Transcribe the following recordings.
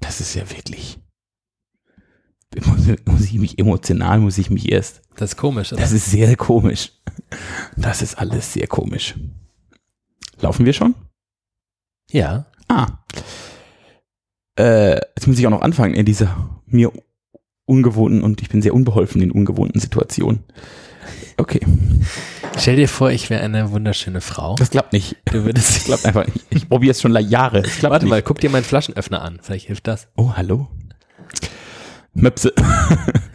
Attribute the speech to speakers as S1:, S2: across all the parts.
S1: das ist ja wirklich. Muss ich mich emotional, muss ich mich erst.
S2: Das ist komisch, oder?
S1: Das ist sehr komisch. Das ist alles sehr komisch. Laufen wir schon?
S2: ja.
S1: Ah. Äh, jetzt muss ich auch noch anfangen in dieser mir ungewohnten und ich bin sehr unbeholfen in ungewohnten Situationen. Okay,
S2: Stell dir vor, ich wäre eine wunderschöne Frau.
S1: das klappt nicht.
S2: Du
S1: Das
S2: würdest.
S1: klappt einfach nicht. Ich probiere es schon la- Jahre. Es klappt
S2: Warte
S1: nicht.
S2: mal, guck dir meinen Flaschenöffner an. Vielleicht hilft das.
S1: Oh, hallo. Möpse.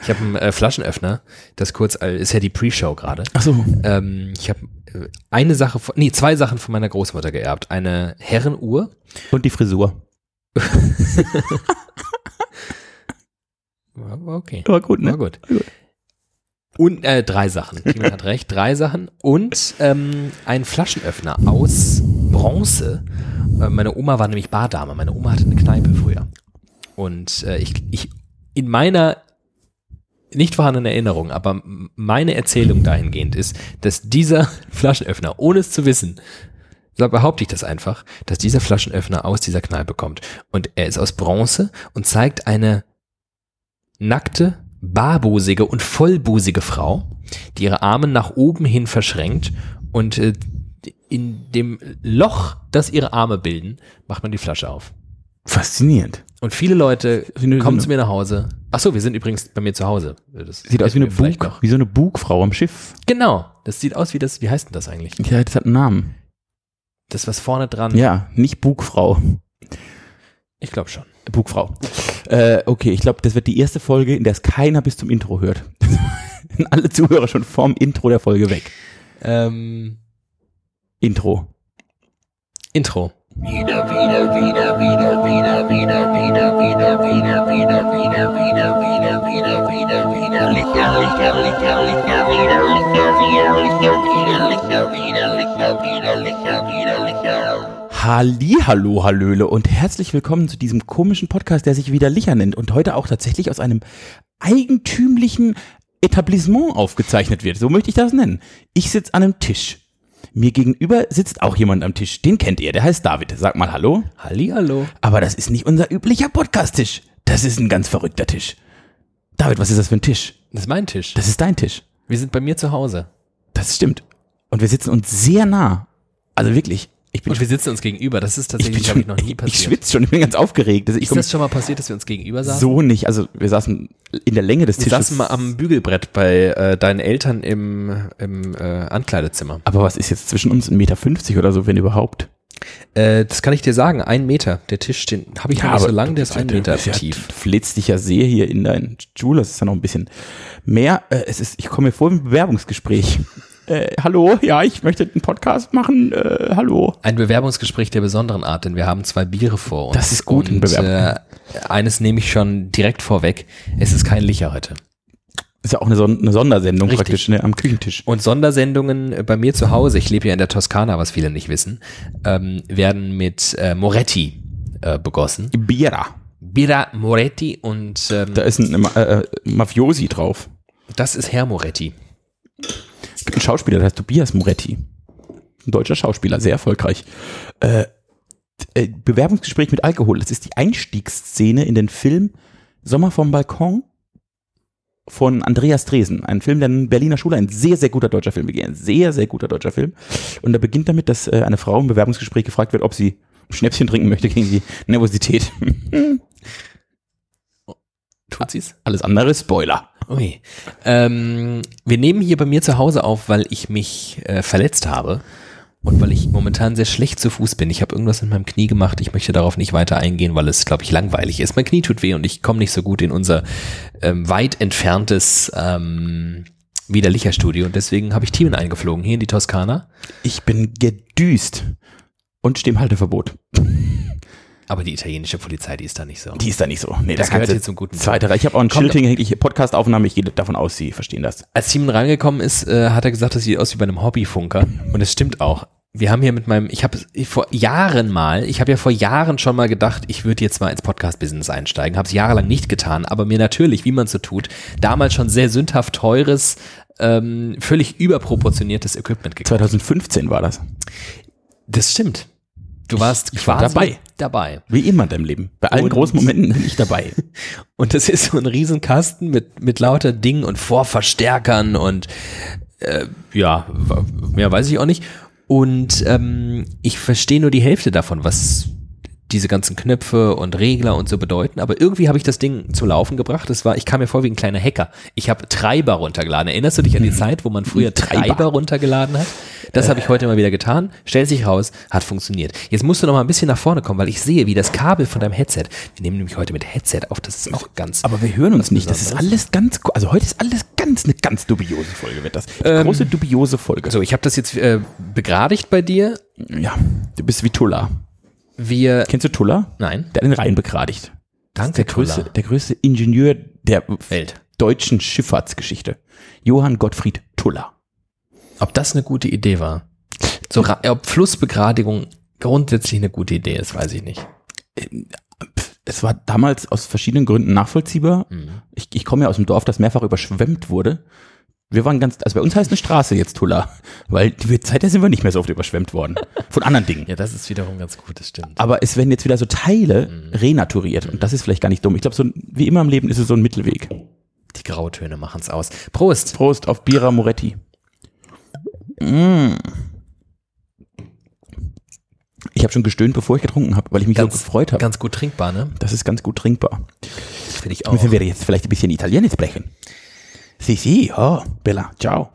S2: Ich habe einen äh, Flaschenöffner. Das kurz, äh, ist ja die Pre-Show gerade.
S1: Ach so.
S2: Ähm, ich habe äh, eine Sache, von, nee, zwei Sachen von meiner Großmutter geerbt. Eine Herrenuhr.
S1: Und die Frisur.
S2: War Okay.
S1: War gut, ne?
S2: Na gut. Und äh, drei Sachen. Timon hat recht, drei Sachen. Und ähm, ein Flaschenöffner aus Bronze. Äh, meine Oma war nämlich Bardame. Meine Oma hatte eine Kneipe früher. Und äh, ich, ich, in meiner nicht vorhandenen Erinnerung, aber m- meine Erzählung dahingehend ist, dass dieser Flaschenöffner, ohne es zu wissen, so behaupte ich das einfach, dass dieser Flaschenöffner aus dieser Kneipe kommt. Und er ist aus Bronze und zeigt eine nackte, barbusige und vollbusige Frau, die ihre Arme nach oben hin verschränkt und äh, in dem Loch, das ihre Arme bilden, macht man die Flasche auf.
S1: Faszinierend.
S2: Und viele Leute
S1: Wie eine-
S2: kommen
S1: so
S2: zu mir nach Hause. Ach so, wir sind übrigens bei mir zu Hause. Das
S1: Sieht aus wie eine
S2: helfen wir vielleicht
S1: Bug,
S2: noch.
S1: wie so eine Bugfrau am Schiff.
S2: Genau, das sieht aus wie das, wie heißt denn das eigentlich?
S1: Ja, das hat einen Namen.
S2: Das, was vorne dran.
S1: Ja, nicht Bugfrau.
S2: Ich glaube schon.
S1: Bugfrau. Äh, okay, ich glaube, das wird die erste Folge, in der es keiner bis zum Intro hört. Sind Alle Zuhörer schon vorm Intro der Folge weg.
S2: Ähm,
S1: Intro.
S2: Intro.
S1: Hallihallo, Hallöle und herzlich willkommen zu diesem komischen Podcast, der sich wieder Licher nennt und heute auch tatsächlich aus einem eigentümlichen Etablissement aufgezeichnet wird. So möchte ich das nennen. Ich sitze an einem Tisch. Mir gegenüber sitzt auch jemand am Tisch. Den kennt ihr, der heißt David. Sag mal Hallo.
S2: Hallihallo.
S1: Aber das ist nicht unser üblicher Podcast-Tisch. Das ist ein ganz verrückter Tisch. David, was ist das für ein Tisch?
S2: Das ist mein Tisch.
S1: Das ist dein Tisch.
S2: Wir sind bei mir zu Hause.
S1: Das stimmt. Und wir sitzen uns sehr nah. Also wirklich. Ich bin,
S2: Und wir sitzen uns gegenüber. Das ist
S1: ich bin
S2: tatsächlich, glaube
S1: schon,
S2: ich, noch nie
S1: ich
S2: passiert.
S1: schwitze schon, ich bin ganz aufgeregt. Also ich
S2: Ist
S1: komm
S2: das schon mal passiert, dass wir uns gegenüber saßen?
S1: so nicht. Also wir saßen in der Länge des
S2: wir
S1: Tisches.
S2: saßen mal am Bügelbrett bei äh, deinen Eltern im, im äh, Ankleidezimmer.
S1: aber was ist jetzt zwischen uns? 1,50 Meter 50 oder so, wenn überhaupt?
S2: Äh, das kann ich dir sagen, ein Meter. Der Tisch, den habe ich noch nicht so lang, der ist ein Meter tief.
S1: Du flitzt dich ja sehr hier in deinen Stuhl. Das ist ja noch ein bisschen mehr. Äh, es ist, ich komme mir vor wie ein Bewerbungsgespräch. Äh, hallo, ja, ich möchte einen Podcast machen. Äh, hallo.
S2: Ein Bewerbungsgespräch der besonderen Art, denn wir haben zwei Biere vor uns.
S1: Das ist gut, ein
S2: Und, äh,
S1: Bewerbung.
S2: eines nehme ich schon direkt vorweg. Es ist kein Licher heute.
S1: Ist ja auch eine, Son eine Sondersendung
S2: Richtig.
S1: praktisch ne, am Küchentisch.
S2: Und Sondersendungen äh, bei mir zu Hause, ich lebe ja in der Toskana, was viele nicht wissen, ähm, werden mit äh, Moretti äh, begossen.
S1: Biera.
S2: Bira Moretti und ähm,
S1: Da ist ein Ma- äh, äh, Mafiosi drauf.
S2: das ist Herr Moretti.
S1: Es gibt einen Schauspieler, der heißt Tobias Moretti. Ein deutscher Schauspieler, sehr erfolgreich. Äh, äh, Bewerbungsgespräch mit Alkohol, das ist die Einstiegsszene in den Film Sommer vom Balkon von Andreas Dresen. Ein Film der Berliner Schule, ein sehr, sehr guter deutscher Film. Wirklich Ein sehr, sehr guter deutscher Film. Und da beginnt damit, dass äh, eine Frau im Bewerbungsgespräch gefragt wird, ob sie ein Schnäpschen trinken möchte gegen die Nervosität.
S2: Tut sie's?
S1: Alles andere ist Spoiler.
S2: Okay. Ähm, wir nehmen hier bei mir zu Hause auf, weil ich mich äh, verletzt habe und weil ich momentan sehr schlecht zu Fuß bin. Ich habe irgendwas mit meinem Knie gemacht. Ich möchte darauf nicht weiter eingehen, weil es, glaube ich, langweilig ist. Mein Knie tut weh und ich komme nicht so gut in unser ähm, weit entferntes ähm, widerlicher Studio und deswegen habe ich Themen eingeflogen hier in die Toskana.
S1: Ich bin gedüst. Und Stimmhalteverbot.
S2: Aber die italienische Polizei, die ist da nicht so.
S1: Die ist da nicht so. Nee,
S2: Das
S1: da kannst
S2: gehört
S1: du-
S2: hier zum guten Ton.
S1: Zweite Reihe. Ich habe auch ein
S2: Komm,
S1: Schild hingehängt. Ich- Podcast-Aufnahme. Ich gehe davon aus, Sie verstehen das.
S2: Als Timon reingekommen ist, äh, hat er gesagt, das sieht aus wie bei einem Hobbyfunker. Und es stimmt auch. Wir haben hier mit meinem, ich habe vor Jahren mal, ich habe ja vor Jahren schon mal gedacht, ich würde jetzt mal ins Podcast-Business einsteigen. Habe es jahrelang nicht getan, aber mir natürlich, wie man so tut, damals schon sehr sündhaft teures, ähm, völlig überproportioniertes Equipment gekauft.
S1: 2015 war das.
S2: Das stimmt. Du warst
S1: ich war
S2: quasi
S1: dabei.
S2: dabei.
S1: Wie immer in deinem Leben. Bei allen
S2: Und-
S1: großen Momenten bin ich dabei.
S2: Und das ist so ein Riesenkasten mit, mit lauter Dingen und Vorverstärkern und äh, ja, wa- mehr weiß ich auch nicht. Und ähm, ich verstehe nur die Hälfte davon, was diese ganzen Knöpfe und Regler und so bedeuten. Aber irgendwie habe ich das Ding zum Laufen gebracht. Das war, ich kam mir vor wie ein kleiner Hacker. Ich habe Treiber runtergeladen. Erinnerst du dich an die Zeit, wo man früher
S1: Mhm. Treiber.
S2: Treiber, runtergeladen hat? Das habe ich heute mal wieder getan. Stellt sich raus, hat funktioniert. Jetzt musst du noch mal ein bisschen nach vorne kommen, weil ich sehe, wie das Kabel von deinem Headset. Wir nehmen nämlich heute mit Headset auf. Das ist auch ganz.
S1: Aber wir hören uns nicht. Das ist alles ganz, ko- also heute ist alles ganz, eine ganz dubiose Folge wird das. Die
S2: Ähm,
S1: große dubiose Folge.
S2: so, ich habe das jetzt äh, begradigt bei dir.
S1: ja, du bist wie Tulla.
S2: Wir.
S1: Kennst du Tulla?
S2: Nein,
S1: Der hat den Rhein begradigt.
S2: danke,
S1: Der größte,
S2: Tulla.
S1: der größte Ingenieur der
S2: Welt.
S1: deutschen Schifffahrtsgeschichte. Johann Gottfried Tuller.
S2: Ob das eine gute Idee war? So, ra- ob Flussbegradigung grundsätzlich eine gute Idee ist, weiß ich nicht.
S1: Es war damals aus verschiedenen Gründen nachvollziehbar.
S2: Mhm.
S1: Ich, ich komme ja aus dem Dorf, das mehrfach überschwemmt wurde. Wir waren ganz, also bei uns heißt eine Straße jetzt Tulla, weil die seither sind wir nicht mehr so oft überschwemmt worden. Von anderen Dingen.
S2: Ja, das ist wiederum ganz gut, das stimmt.
S1: Aber es werden jetzt wieder so Teile
S2: Mhm.
S1: renaturiert und das ist vielleicht gar nicht dumm. Ich glaube, so ein- wie immer im Leben ist es so ein Mittelweg.
S2: Die Grautöne machen's aus. Prost!
S1: Prost auf Bira Moretti. Mm. Ich habe schon gestöhnt, bevor ich getrunken habe, weil ich mich so gefreut habe.
S2: Ganz gut trinkbar, ne?
S1: Das ist ganz gut trinkbar.
S2: Finde ich
S1: Müssen wir jetzt vielleicht ein bisschen Italienisch sprechen? Si, si, oh, Bella, ciao.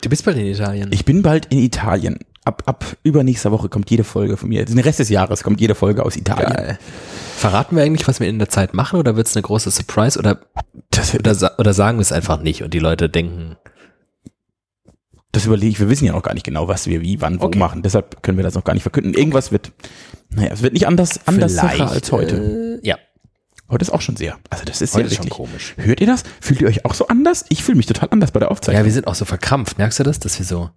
S2: Du bist bald in Italien.
S1: Ich bin bald in Italien. Ab, ab übernächster Woche kommt jede Folge von mir. Den Rest des Jahres kommt jede Folge aus Italien.
S2: Geil. Verraten wir eigentlich, was wir in der Zeit machen oder wird's eine große Surprise oder,
S1: Das,
S2: oder, sa- oder sagen wir es einfach nicht und die Leute denken,
S1: das überlege ich. Wir wissen ja noch gar nicht genau, was wir wie, wann, wo
S2: Okay.
S1: machen. Deshalb können wir das noch gar nicht verkünden. Irgendwas wird, naja, es wird nicht anders, anders Sache als heute.
S2: Äh, ja,
S1: Heute ist auch schon sehr. Also das ist
S2: Heute
S1: ja
S2: ist schon
S1: wirklich-
S2: komisch.
S1: Hört ihr das? Fühlt ihr euch auch so anders? Ich fühle mich total anders bei der Aufzeichnung.
S2: Ja, wir sind auch so verkrampft. Merkst du das, dass wir so,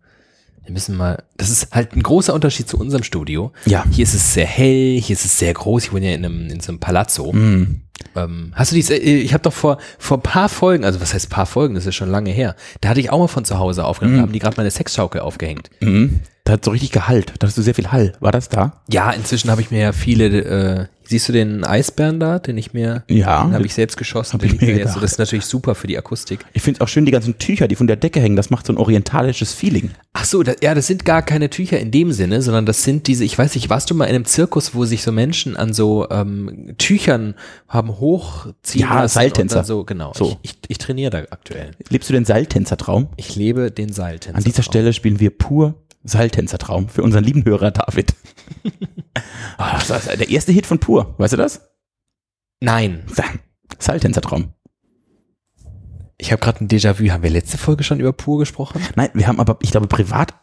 S2: wir müssen mal, das ist halt ein großer Unterschied zu unserem Studio.
S1: Ja.
S2: Hier ist es sehr hell, hier ist es sehr groß. Ich wohne ja in, einem, in so einem Palazzo. Ähm, hast du dies, äh, ich habe doch vor, vor ein paar Folgen, also was heißt paar Folgen, das ist schon lange her, da hatte ich auch mal von zu Hause aufgenommen, da haben die gerade meine Sexschaukel aufgehängt.
S1: Mhm. Da hat so richtig Gehalt. Da hast du sehr viel Hall. War das da?
S2: Ja, inzwischen habe ich mir ja viele, äh, siehst du den Eisbären da, den ich mir,
S1: Ja.
S2: den habe ich selbst geschossen.
S1: Hab
S2: den
S1: ich mir
S2: jetzt, so,
S1: gedacht.
S2: das ist natürlich super für die Akustik.
S1: Ich finde es auch schön, die ganzen Tücher, die von der Decke hängen. Das macht so ein orientalisches Feeling.
S2: Ach so, das, ja, das sind gar keine Tücher in dem Sinne, sondern das sind diese, ich weiß nicht, warst du mal in einem Zirkus, wo sich so Menschen an so ähm, Tüchern haben hochziehen
S1: Ja,
S2: lassen
S1: Seiltänzer.
S2: Und dann so, genau.
S1: So.
S2: Ich, ich, ich trainiere da aktuell.
S1: Lebst du den Seiltänzertraum?
S2: Ich lebe den Seiltänzer.
S1: An dieser Stelle spielen wir pur Seiltänzertraum für unseren lieben Hörer David. Ah, das ist der erste Hit von pur. Weißt du das?
S2: Nein.
S1: Seiltänzertraum.
S2: Ich habe gerade ein Déjà-vu. Haben wir letzte Folge schon über Pur gesprochen?
S1: Nein, wir haben aber, ich glaube, privat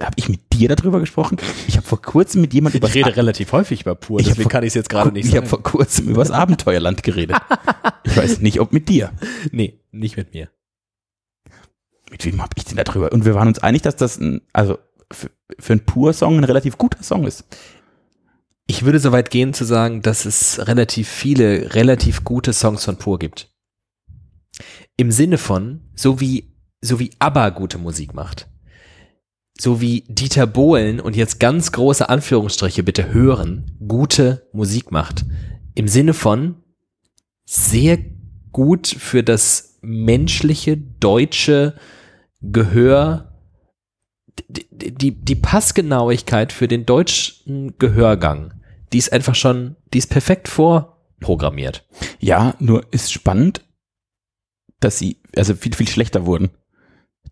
S1: habe ich mit dir darüber gesprochen. Ich habe vor kurzem mit jemandem über
S2: relativ häufig über Pur,
S1: Ich hab vor-
S2: ich es jetzt
S1: Ich habe vor kurzem über das Abenteuerland geredet. Ich weiß nicht, ob mit dir.
S2: Nee, nicht mit mir.
S1: Mit wem habe ich denn darüber? Und wir waren uns einig, dass das ein, also für, für einen Pur-Song ein relativ guter Song ist.
S2: Ich würde so weit gehen zu sagen, dass es relativ viele relativ gute Songs von Pur gibt. Im Sinne von, so wie, so wie ABBA gute Musik macht. So wie Dieter Bohlen und jetzt ganz große Anführungsstriche bitte hören, gute Musik macht. Im Sinne von sehr gut für das menschliche deutsche Gehör die, die, die Passgenauigkeit für den deutschen Gehörgang, die ist einfach schon, die ist perfekt vorprogrammiert.
S1: Ja, nur ist spannend, dass sie, also viel, viel schlechter wurden.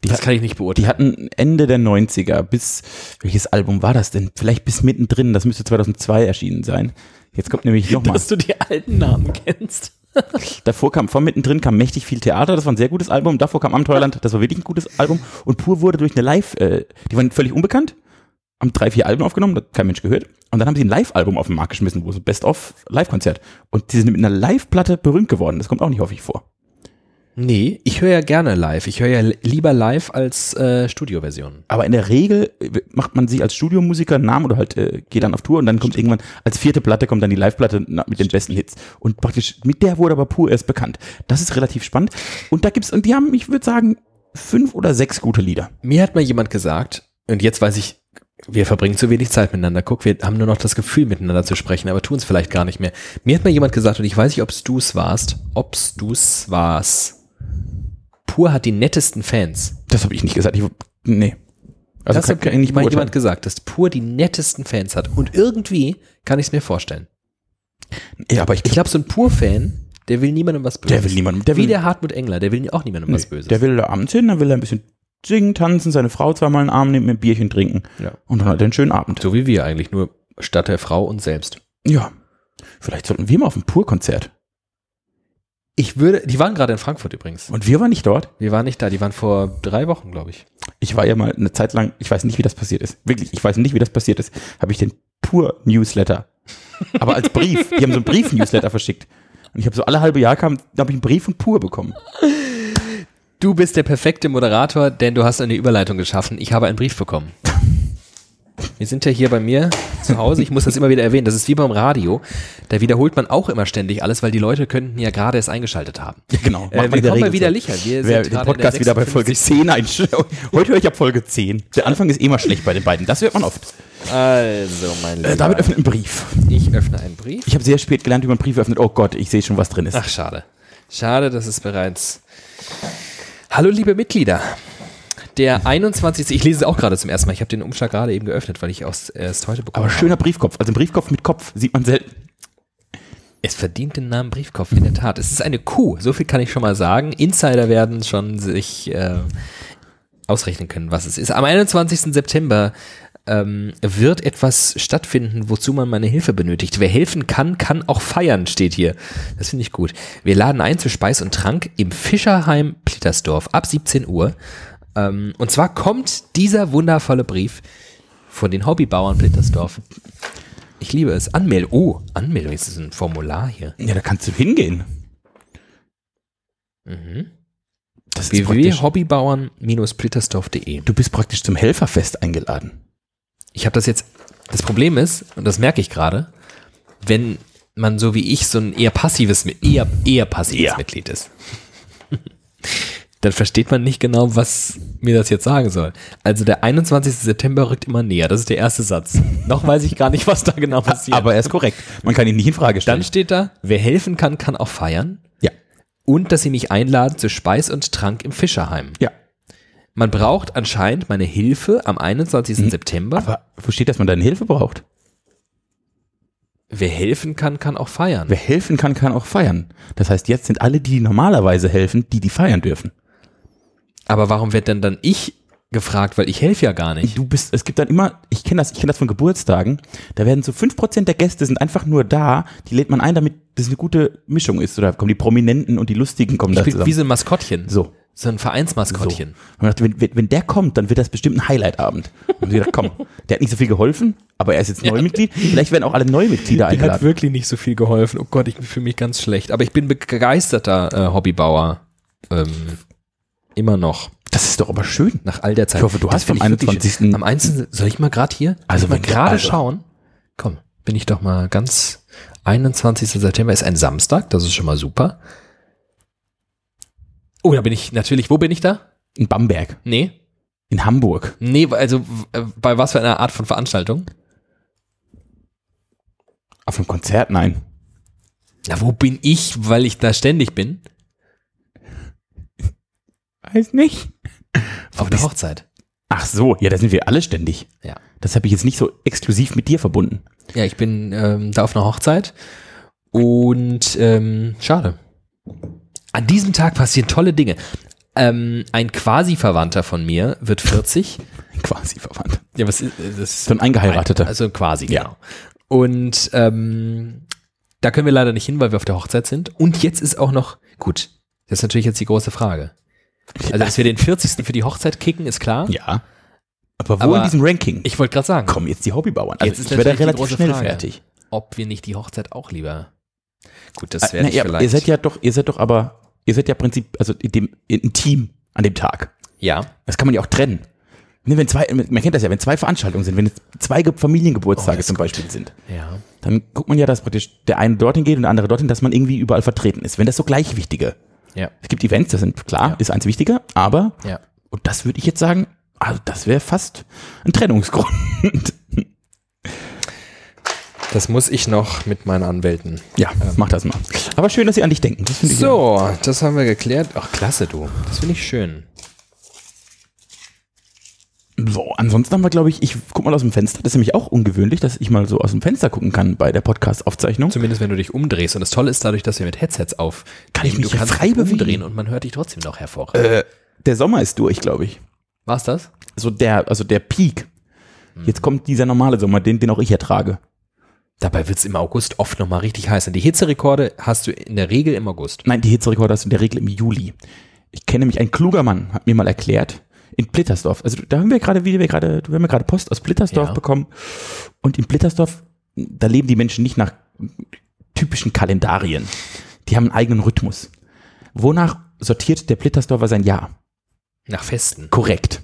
S1: Die,
S2: Das
S1: hat,
S2: kann ich nicht beurteilen.
S1: die hatten Ende der 90er bis, welches Album war das denn? Vielleicht bis mittendrin, das müsste 2002 erschienen sein. Jetzt kommt nämlich nochmal.
S2: du die alten Namen kennst.
S1: Davor kam, von mittendrin kam mächtig viel Theater, das war ein sehr gutes Album. Davor kam Abenteuerland, das war wirklich ein gutes Album. Und Pur wurde durch eine Live, äh, die waren völlig unbekannt, haben drei, vier Alben aufgenommen, das hat kein Mensch gehört. Und dann haben sie ein Live-Album auf den Markt geschmissen, wo so Best-of-Live-Konzert. Und die sind mit einer Live-Platte berühmt geworden, das kommt auch nicht häufig vor.
S2: Nee, ich höre ja gerne live. Ich höre ja li- lieber live als äh, Studioversion.
S1: Aber in der Regel äh, macht man sich als Studiomusiker einen Namen oder halt äh, geht dann auf Tour und dann kommt irgendwann als vierte Platte kommt dann die Live-Platte na- mit den besten Hits. Und praktisch mit der wurde aber pur erst bekannt. Das ist relativ spannend. Und da gibt's, und die haben, ich würde sagen, fünf oder sechs gute Lieder.
S2: Mir hat mal jemand gesagt, und jetzt weiß ich wir verbringen zu wenig Zeit miteinander. Guck, wir haben nur noch das Gefühl, miteinander zu sprechen, aber tun es vielleicht gar nicht mehr. Mir hat mal jemand gesagt, und ich weiß nicht, ob es du's warst, ob's du's warst. Pur hat die nettesten Fans.
S1: Das habe ich nicht gesagt. Ich, nee. Also
S2: das hat
S1: ich nicht
S2: mal
S1: beurteilen.
S2: jemand gesagt, dass Pur die nettesten Fans hat. Und irgendwie kann ich es mir vorstellen.
S1: Ja, aber ich,
S2: Ich glaube, so ein Pur-Fan, der will niemandem was Böses.
S1: der will niemandem. Der
S2: Wie
S1: will,
S2: der Hartmut Engler, der will auch niemandem was
S1: nee,
S2: Böses.
S1: der will da abends hin, dann will er ein bisschen singen, tanzen, seine Frau zweimal in den Arm nehmen, ein Bierchen trinken.
S2: Ja.
S1: Und dann hat er einen schönen Abend.
S2: So wie wir eigentlich, nur statt der Frau und selbst.
S1: Ja. Vielleicht sollten wir mal auf ein Pur-Konzert.
S2: Ich würde, die waren gerade in Frankfurt übrigens.
S1: Und wir waren nicht dort.
S2: Wir waren nicht da, die waren vor drei Wochen, glaube ich.
S1: Ich war ja mal eine Zeit lang, ich weiß nicht, wie das passiert ist. Wirklich, ich weiß nicht, wie das passiert ist. Habe ich den Pur-Newsletter. Aber als Brief. Die haben so einen Brief-Newsletter verschickt. Und ich habe so alle halbe Jahr kam, da habe ich einen Brief von Pur bekommen.
S2: Du bist der perfekte Moderator, denn du hast eine Überleitung geschaffen. Ich habe einen Brief bekommen. Wir sind ja hier bei mir zu Hause. Ich muss das immer wieder erwähnen. Das ist wie beim Radio. Da wiederholt man auch immer ständig alles, weil die Leute könnten ja gerade erst eingeschaltet haben.
S1: Ja, genau.
S2: Äh, wir kommen mal wieder Licher. Wir
S1: Wer
S2: sind
S1: den
S2: gerade in der
S1: Podcast wieder bei Folge 10 einstellt. Heute höre ich ab Folge 10. Der Anfang ist eh mal schlecht bei den beiden. Das hört man oft.
S2: Also, mein Lieber.
S1: Äh, damit öffnet ein Brief.
S2: ich öffne einen Brief.
S1: Ich habe sehr spät gelernt, wie man Briefe öffnet. Oh Gott, ich sehe schon, was drin ist.
S2: Ach, schade. Schade, das ist bereits. Hallo, liebe Mitglieder. Der 21. Ich lese es auch gerade zum ersten Mal. Ich habe den Umschlag gerade eben geöffnet, weil ich aus- erst heute bekommen
S1: Aber schöner Briefkopf. Also ein Briefkopf mit Kopf sieht man selten.
S2: Es verdient den Namen Briefkopf, in der Tat. Es ist eine Kuh, so viel kann ich schon mal sagen. Insider werden schon sich äh, ausrechnen können, was es ist. Am 21. September ähm, wird etwas stattfinden, wozu man meine Hilfe benötigt. Wer helfen kann, kann auch feiern, steht hier. Das finde ich gut. Wir laden ein zu Speis und Trank im Fischerheim Plittersdorf ab 17 Uhr. Ähm, und zwar kommt dieser wundervolle Brief von den Hobbybauern Plittersdorf. Ich liebe es. Anmeldung. Oh, Anmeldung. Jetzt ist ein Formular hier.
S1: Ja, da kannst du hingehen.
S2: Mhm.
S1: Das ist praktisch.
S2: www.hobbybauern-plittersdorf.de.
S1: Du bist praktisch zum Helferfest eingeladen.
S2: Ich habe das jetzt. Das Problem ist, und das merke ich gerade, wenn man so wie ich so ein eher passives, eher, eher passives
S1: Ja.
S2: Mitglied ist, dann versteht man nicht genau, was mir das jetzt sagen soll. Also der 21. September rückt immer näher. Das ist der erste Satz. Noch weiß ich gar nicht, was da genau passiert.
S1: Aber er ist korrekt. Man kann ihn nicht in Frage
S2: dann
S1: stellen.
S2: steht da, wer helfen kann, kann auch feiern.
S1: ja.
S2: Und dass sie mich einladen zu Speis und Trank im Fischerheim.
S1: Ja.
S2: Man braucht anscheinend meine Hilfe am 21. September.
S1: Hm. Aber wo steht, dass man deine Hilfe braucht?
S2: Wer helfen kann, kann auch feiern.
S1: Wer helfen kann, kann auch feiern. Das heißt, jetzt sind alle, die normalerweise helfen, die, die feiern dürfen.
S2: Aber warum wird denn dann ich gefragt, weil ich helfe ja gar nicht?
S1: Du bist, es gibt dann immer, ich kenne das, ich kenne das von Geburtstagen, da werden so 5% der Gäste sind einfach nur da, die lädt man ein, damit das eine gute Mischung ist. Oder kommen die Prominenten und die Lustigen kommen da
S2: Ich bin wie
S1: zusammen.
S2: so ein Maskottchen.
S1: So.
S2: So ein
S1: So.
S2: Vereinsmaskottchen.
S1: Und man dachte, wenn, wenn, wenn der kommt, dann wird das bestimmt ein Highlight-Abend. Und wir haben gedacht, komm, der hat nicht so viel geholfen, aber er ist jetzt Neumitglied. Vielleicht werden auch alle Neumitglieder
S2: Der hat
S1: eingeladen.
S2: wirklich nicht so viel geholfen. Oh Gott, ich fühle mich ganz schlecht. Aber ich bin begeisterter äh, Hobbybauer. Ähm, immer noch.
S1: Das ist doch aber schön.
S2: Nach all der Zeit.
S1: Ich hoffe, du
S2: Das
S1: hast
S2: find
S1: am
S2: ich wirklich
S1: 21.
S2: schön. Am 1. Soll ich mal gerade hier?
S1: Also,
S2: Soll ich
S1: wenn
S2: mal
S1: du-
S2: gerade
S1: also.
S2: schauen. Komm, bin ich doch mal ganz. 21. September ist ein Samstag, das ist schon mal super. Oh, da bin ich natürlich. Wo bin ich da?
S1: In Bamberg,
S2: Nee.
S1: in Hamburg.
S2: Nee, also w- äh, bei was für einer Art von Veranstaltung?
S1: Auf einem Konzert, nein.
S2: Na, wo bin ich, weil ich da ständig bin?
S1: Weiß nicht.
S2: Auf der Hochzeit.
S1: Ach so, ja, da sind wir alle ständig.
S2: Ja.
S1: Das habe ich jetzt nicht so exklusiv mit dir verbunden.
S2: Ja, ich bin ähm, da auf einer Hochzeit. Und ähm, schade. An diesem Tag passieren tolle Dinge. Ähm, ein quasi Verwandter von mir wird 40.
S1: Quasi verwandt.
S2: ja, was ist das? Ist
S1: So ein Eingeheirateter.
S2: Also quasi,
S1: Ja.
S2: genau. Und ähm, da können wir leider nicht hin, weil wir auf der Hochzeit sind. Und jetzt ist auch noch, gut, das ist natürlich jetzt die große Frage. Also, dass wir den 40. für die Hochzeit kicken, ist klar.
S1: Ja. Aber wo
S2: Aber
S1: in diesem Ranking?
S2: Ich wollte gerade sagen,
S1: kommen jetzt die Hobbybauern. Also
S2: Jetzt ist
S1: ich werde
S2: natürlich die
S1: relativ
S2: große
S1: schnell
S2: Frage.
S1: fertig.
S2: ob wir nicht die Hochzeit auch lieber. Gut, das
S1: Äh,
S2: werde
S1: na,
S2: ich
S1: ihr,
S2: vielleicht.
S1: ihr seid ja doch, ihr seid doch aber, ihr seid ja Prinzip, also in dem, in ein Team an dem Tag.
S2: ja.
S1: Das kann man ja auch trennen. Ne, Wenn zwei, man kennt das ja, wenn zwei Veranstaltungen sind, wenn jetzt zwei Ge- Familiengeburtstage zum Beispiel sind,
S2: Ja.
S1: dann guckt man ja, dass praktisch der eine dorthin geht und der andere dorthin, dass man irgendwie überall vertreten ist. Wenn das so gleich wichtige.
S2: Ja.
S1: Es gibt Events, das sind klar,
S2: Ja.
S1: ist eins wichtiger, aber
S2: Ja.
S1: Und das würde ich jetzt sagen, Also das wäre fast ein Trennungsgrund.
S3: Das muss ich noch mit meinen Anwälten.
S1: ja, mach das mal. Aber schön, dass sie an dich denken. Das finde ich ja.
S3: So, das haben wir geklärt. Ach, klasse, du. Das finde ich schön.
S1: So, ansonsten haben wir, glaube ich, ich guck mal aus dem Fenster. Das ist nämlich auch ungewöhnlich, dass ich mal so aus dem Fenster gucken kann bei der Podcast-Aufzeichnung.
S3: Zumindest wenn du dich umdrehst. Und das Tolle ist dadurch, dass wir mit Headsets auf.
S1: Kann ich mich
S3: du
S1: ja
S3: kannst
S1: frei
S3: dich
S1: bewegen.
S3: umdrehen und man hört dich trotzdem noch hervor.
S2: Äh.
S1: Der Sommer ist durch, glaube ich.
S3: War's das?
S1: So der, also der Peak. Jetzt kommt dieser normale Sommer, den, den auch ich ertrage.
S3: Dabei wird es im August oft nochmal richtig heiß. Und die Hitzerekorde hast du in der Regel im August.
S1: Nein, die Hitzerekorde hast du in der Regel im Juli. Ich kenne mich, ein kluger Mann hat mir mal erklärt, in Blittersdorf, also da haben wir gerade, wie wir gerade, wir haben ja gerade Post aus Blittersdorf
S3: Ja.
S1: bekommen und in Blittersdorf, da leben die Menschen nicht nach typischen Kalendarien. Die haben einen eigenen Rhythmus. Wonach sortiert der Blittersdorfer sein Jahr?
S3: Nach Festen.
S1: Korrekt.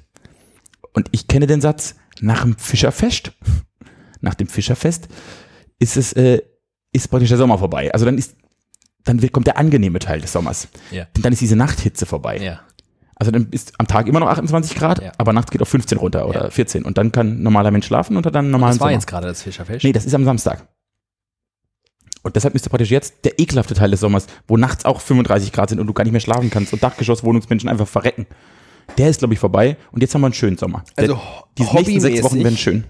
S1: Und ich kenne den Satz, nach dem Fischerfest, nach dem Fischerfest ist es, äh, ist praktisch der Sommer vorbei. Also dann ist, dann wird, kommt der angenehme Teil des Sommers.
S3: Ja.
S1: Denn dann ist diese Nachthitze vorbei.
S3: Ja.
S1: Also dann ist am Tag immer noch 28 Grad,
S3: Ja.
S1: aber nachts geht auf 15 runter oder
S3: Ja.
S1: 14. Und dann kann ein normaler Mensch schlafen und hat dann einen normalen
S3: Das war
S1: Sommer.
S3: jetzt gerade das Fischerfest.
S1: Nee, das ist am Samstag. Und deshalb müsste praktisch jetzt der ekelhafte Teil des Sommers, wo nachts auch 35 Grad sind und du gar nicht mehr schlafen kannst und Dachgeschosswohnungsmenschen einfach verrecken. Der ist, glaube ich, vorbei und jetzt haben wir einen schönen Sommer.
S2: Also
S1: Der- Diese nächsten sechs
S2: hobbymäßig-
S1: Wochen werden schön.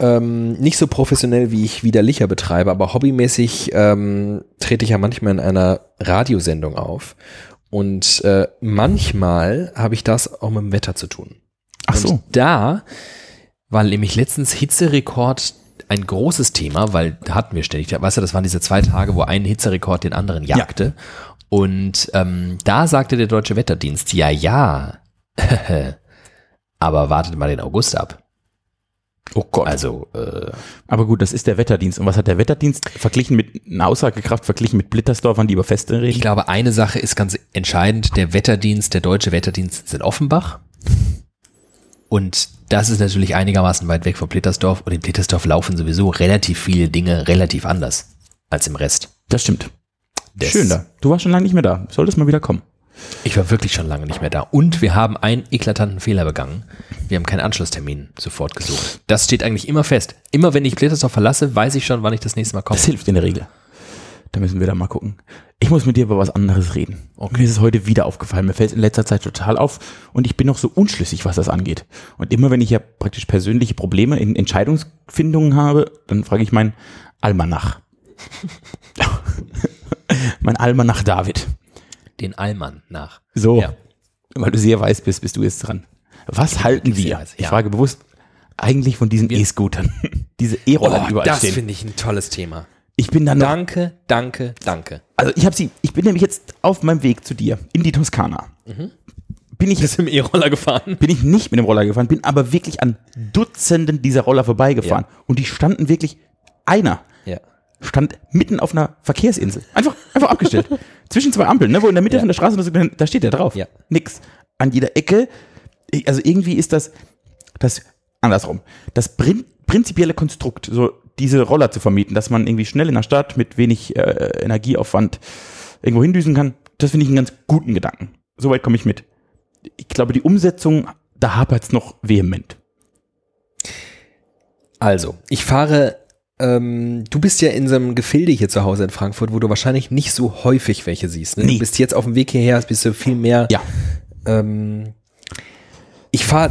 S2: ähm, nicht so professionell, wie ich Widerlicher betreibe, aber hobbymäßig ähm, trete ich ja manchmal in einer Radiosendung auf. Und äh, manchmal habe ich das auch mit dem Wetter zu tun.
S1: Ach so.
S3: Und da war nämlich letztens Hitzerekord ein großes Thema, weil da hatten wir ständig, weißt du, das waren diese zwei Tage, wo ein Hitzerekord den anderen jagte. Und ähm, da sagte der deutsche Wetterdienst, ja, ja, aber wartet mal den August ab.
S1: Oh Gott.
S3: Also, äh,
S1: Aber gut, das ist der Wetterdienst. Und was hat der Wetterdienst verglichen mit einer Aussagekraft, verglichen mit Blittersdorfern, die über Feste reden?
S3: ich glaube, eine Sache ist ganz entscheidend, der Wetterdienst, der deutsche Wetterdienst sitzt in Offenbach. Und das ist natürlich einigermaßen weit weg von Plittersdorf. Und in Plittersdorf laufen sowieso relativ viele Dinge relativ anders als im Rest.
S1: das stimmt.
S3: des-
S1: Schön da. Du warst schon lange nicht mehr da. Solltest mal wieder kommen.
S3: Ich war wirklich schon lange nicht mehr da. Und wir haben einen eklatanten Fehler begangen. Wir haben keinen Anschlusstermin sofort gesucht. Das steht eigentlich immer fest. Immer wenn ich Glittersdorf verlasse, weiß ich schon, wann ich das nächste Mal komme.
S1: Das hilft in der Regel. Da müssen wir da mal gucken. Ich muss mit dir über was anderes reden.
S3: Okay.
S1: Mir ist es heute wieder aufgefallen. Mir fällt es in letzter Zeit total auf und ich bin noch so unschlüssig, was das angeht. Und immer wenn ich ja praktisch persönliche Probleme in Entscheidungsfindungen habe, dann frage ich meinen Almanach. mein Almanach David.
S3: Den Allmann nach.
S1: So,
S3: Ja.
S1: weil du sehr weiß bist, bist du jetzt dran. Was halten
S3: sehr
S1: wir?
S3: weiß,
S1: Ich
S3: ja.
S1: frage bewusst eigentlich von diesen E-Scootern. Diese
S3: Oh,
S1: E-Roller, die überall stehen.
S3: ich ein tolles Thema.
S1: Ich bin dann noch
S3: Danke, danke, danke.
S1: Also ich habe sie, ich bin nämlich jetzt auf meinem Weg zu dir in die Toskana. Bin ich
S3: Bist du im E-Roller gefahren?
S1: bin ich nicht mit dem Roller gefahren, bin aber wirklich an Dutzenden dieser Roller vorbeigefahren und die standen wirklich einer
S2: Ja.
S1: stand mitten auf einer Verkehrsinsel. Einfach, einfach abgestellt. Zwischen zwei Ampeln, ne, wo in der Mitte von der Straße, das- da steht der drauf.
S2: Ja.
S1: Nix. An jeder Ecke. Also irgendwie ist das, das, andersrum. Das prin prinzipielle Konstrukt, so diese Roller zu vermieten, dass man irgendwie schnell in der Stadt mit wenig äh, Energieaufwand irgendwo hindüsen kann, das finde ich einen ganz guten Gedanken. Soweit komme ich mit. Ich glaube, die Umsetzung, da hapert es noch vehement.
S2: Also, ich fahre. Ähm, du bist ja in so einem Gefilde hier zu Hause in Frankfurt, wo du wahrscheinlich nicht so häufig welche siehst. Ne?
S1: Nee.
S2: Du bist jetzt auf dem Weg hierher, bist du viel mehr.
S1: Ja.
S2: Ähm, ich fahre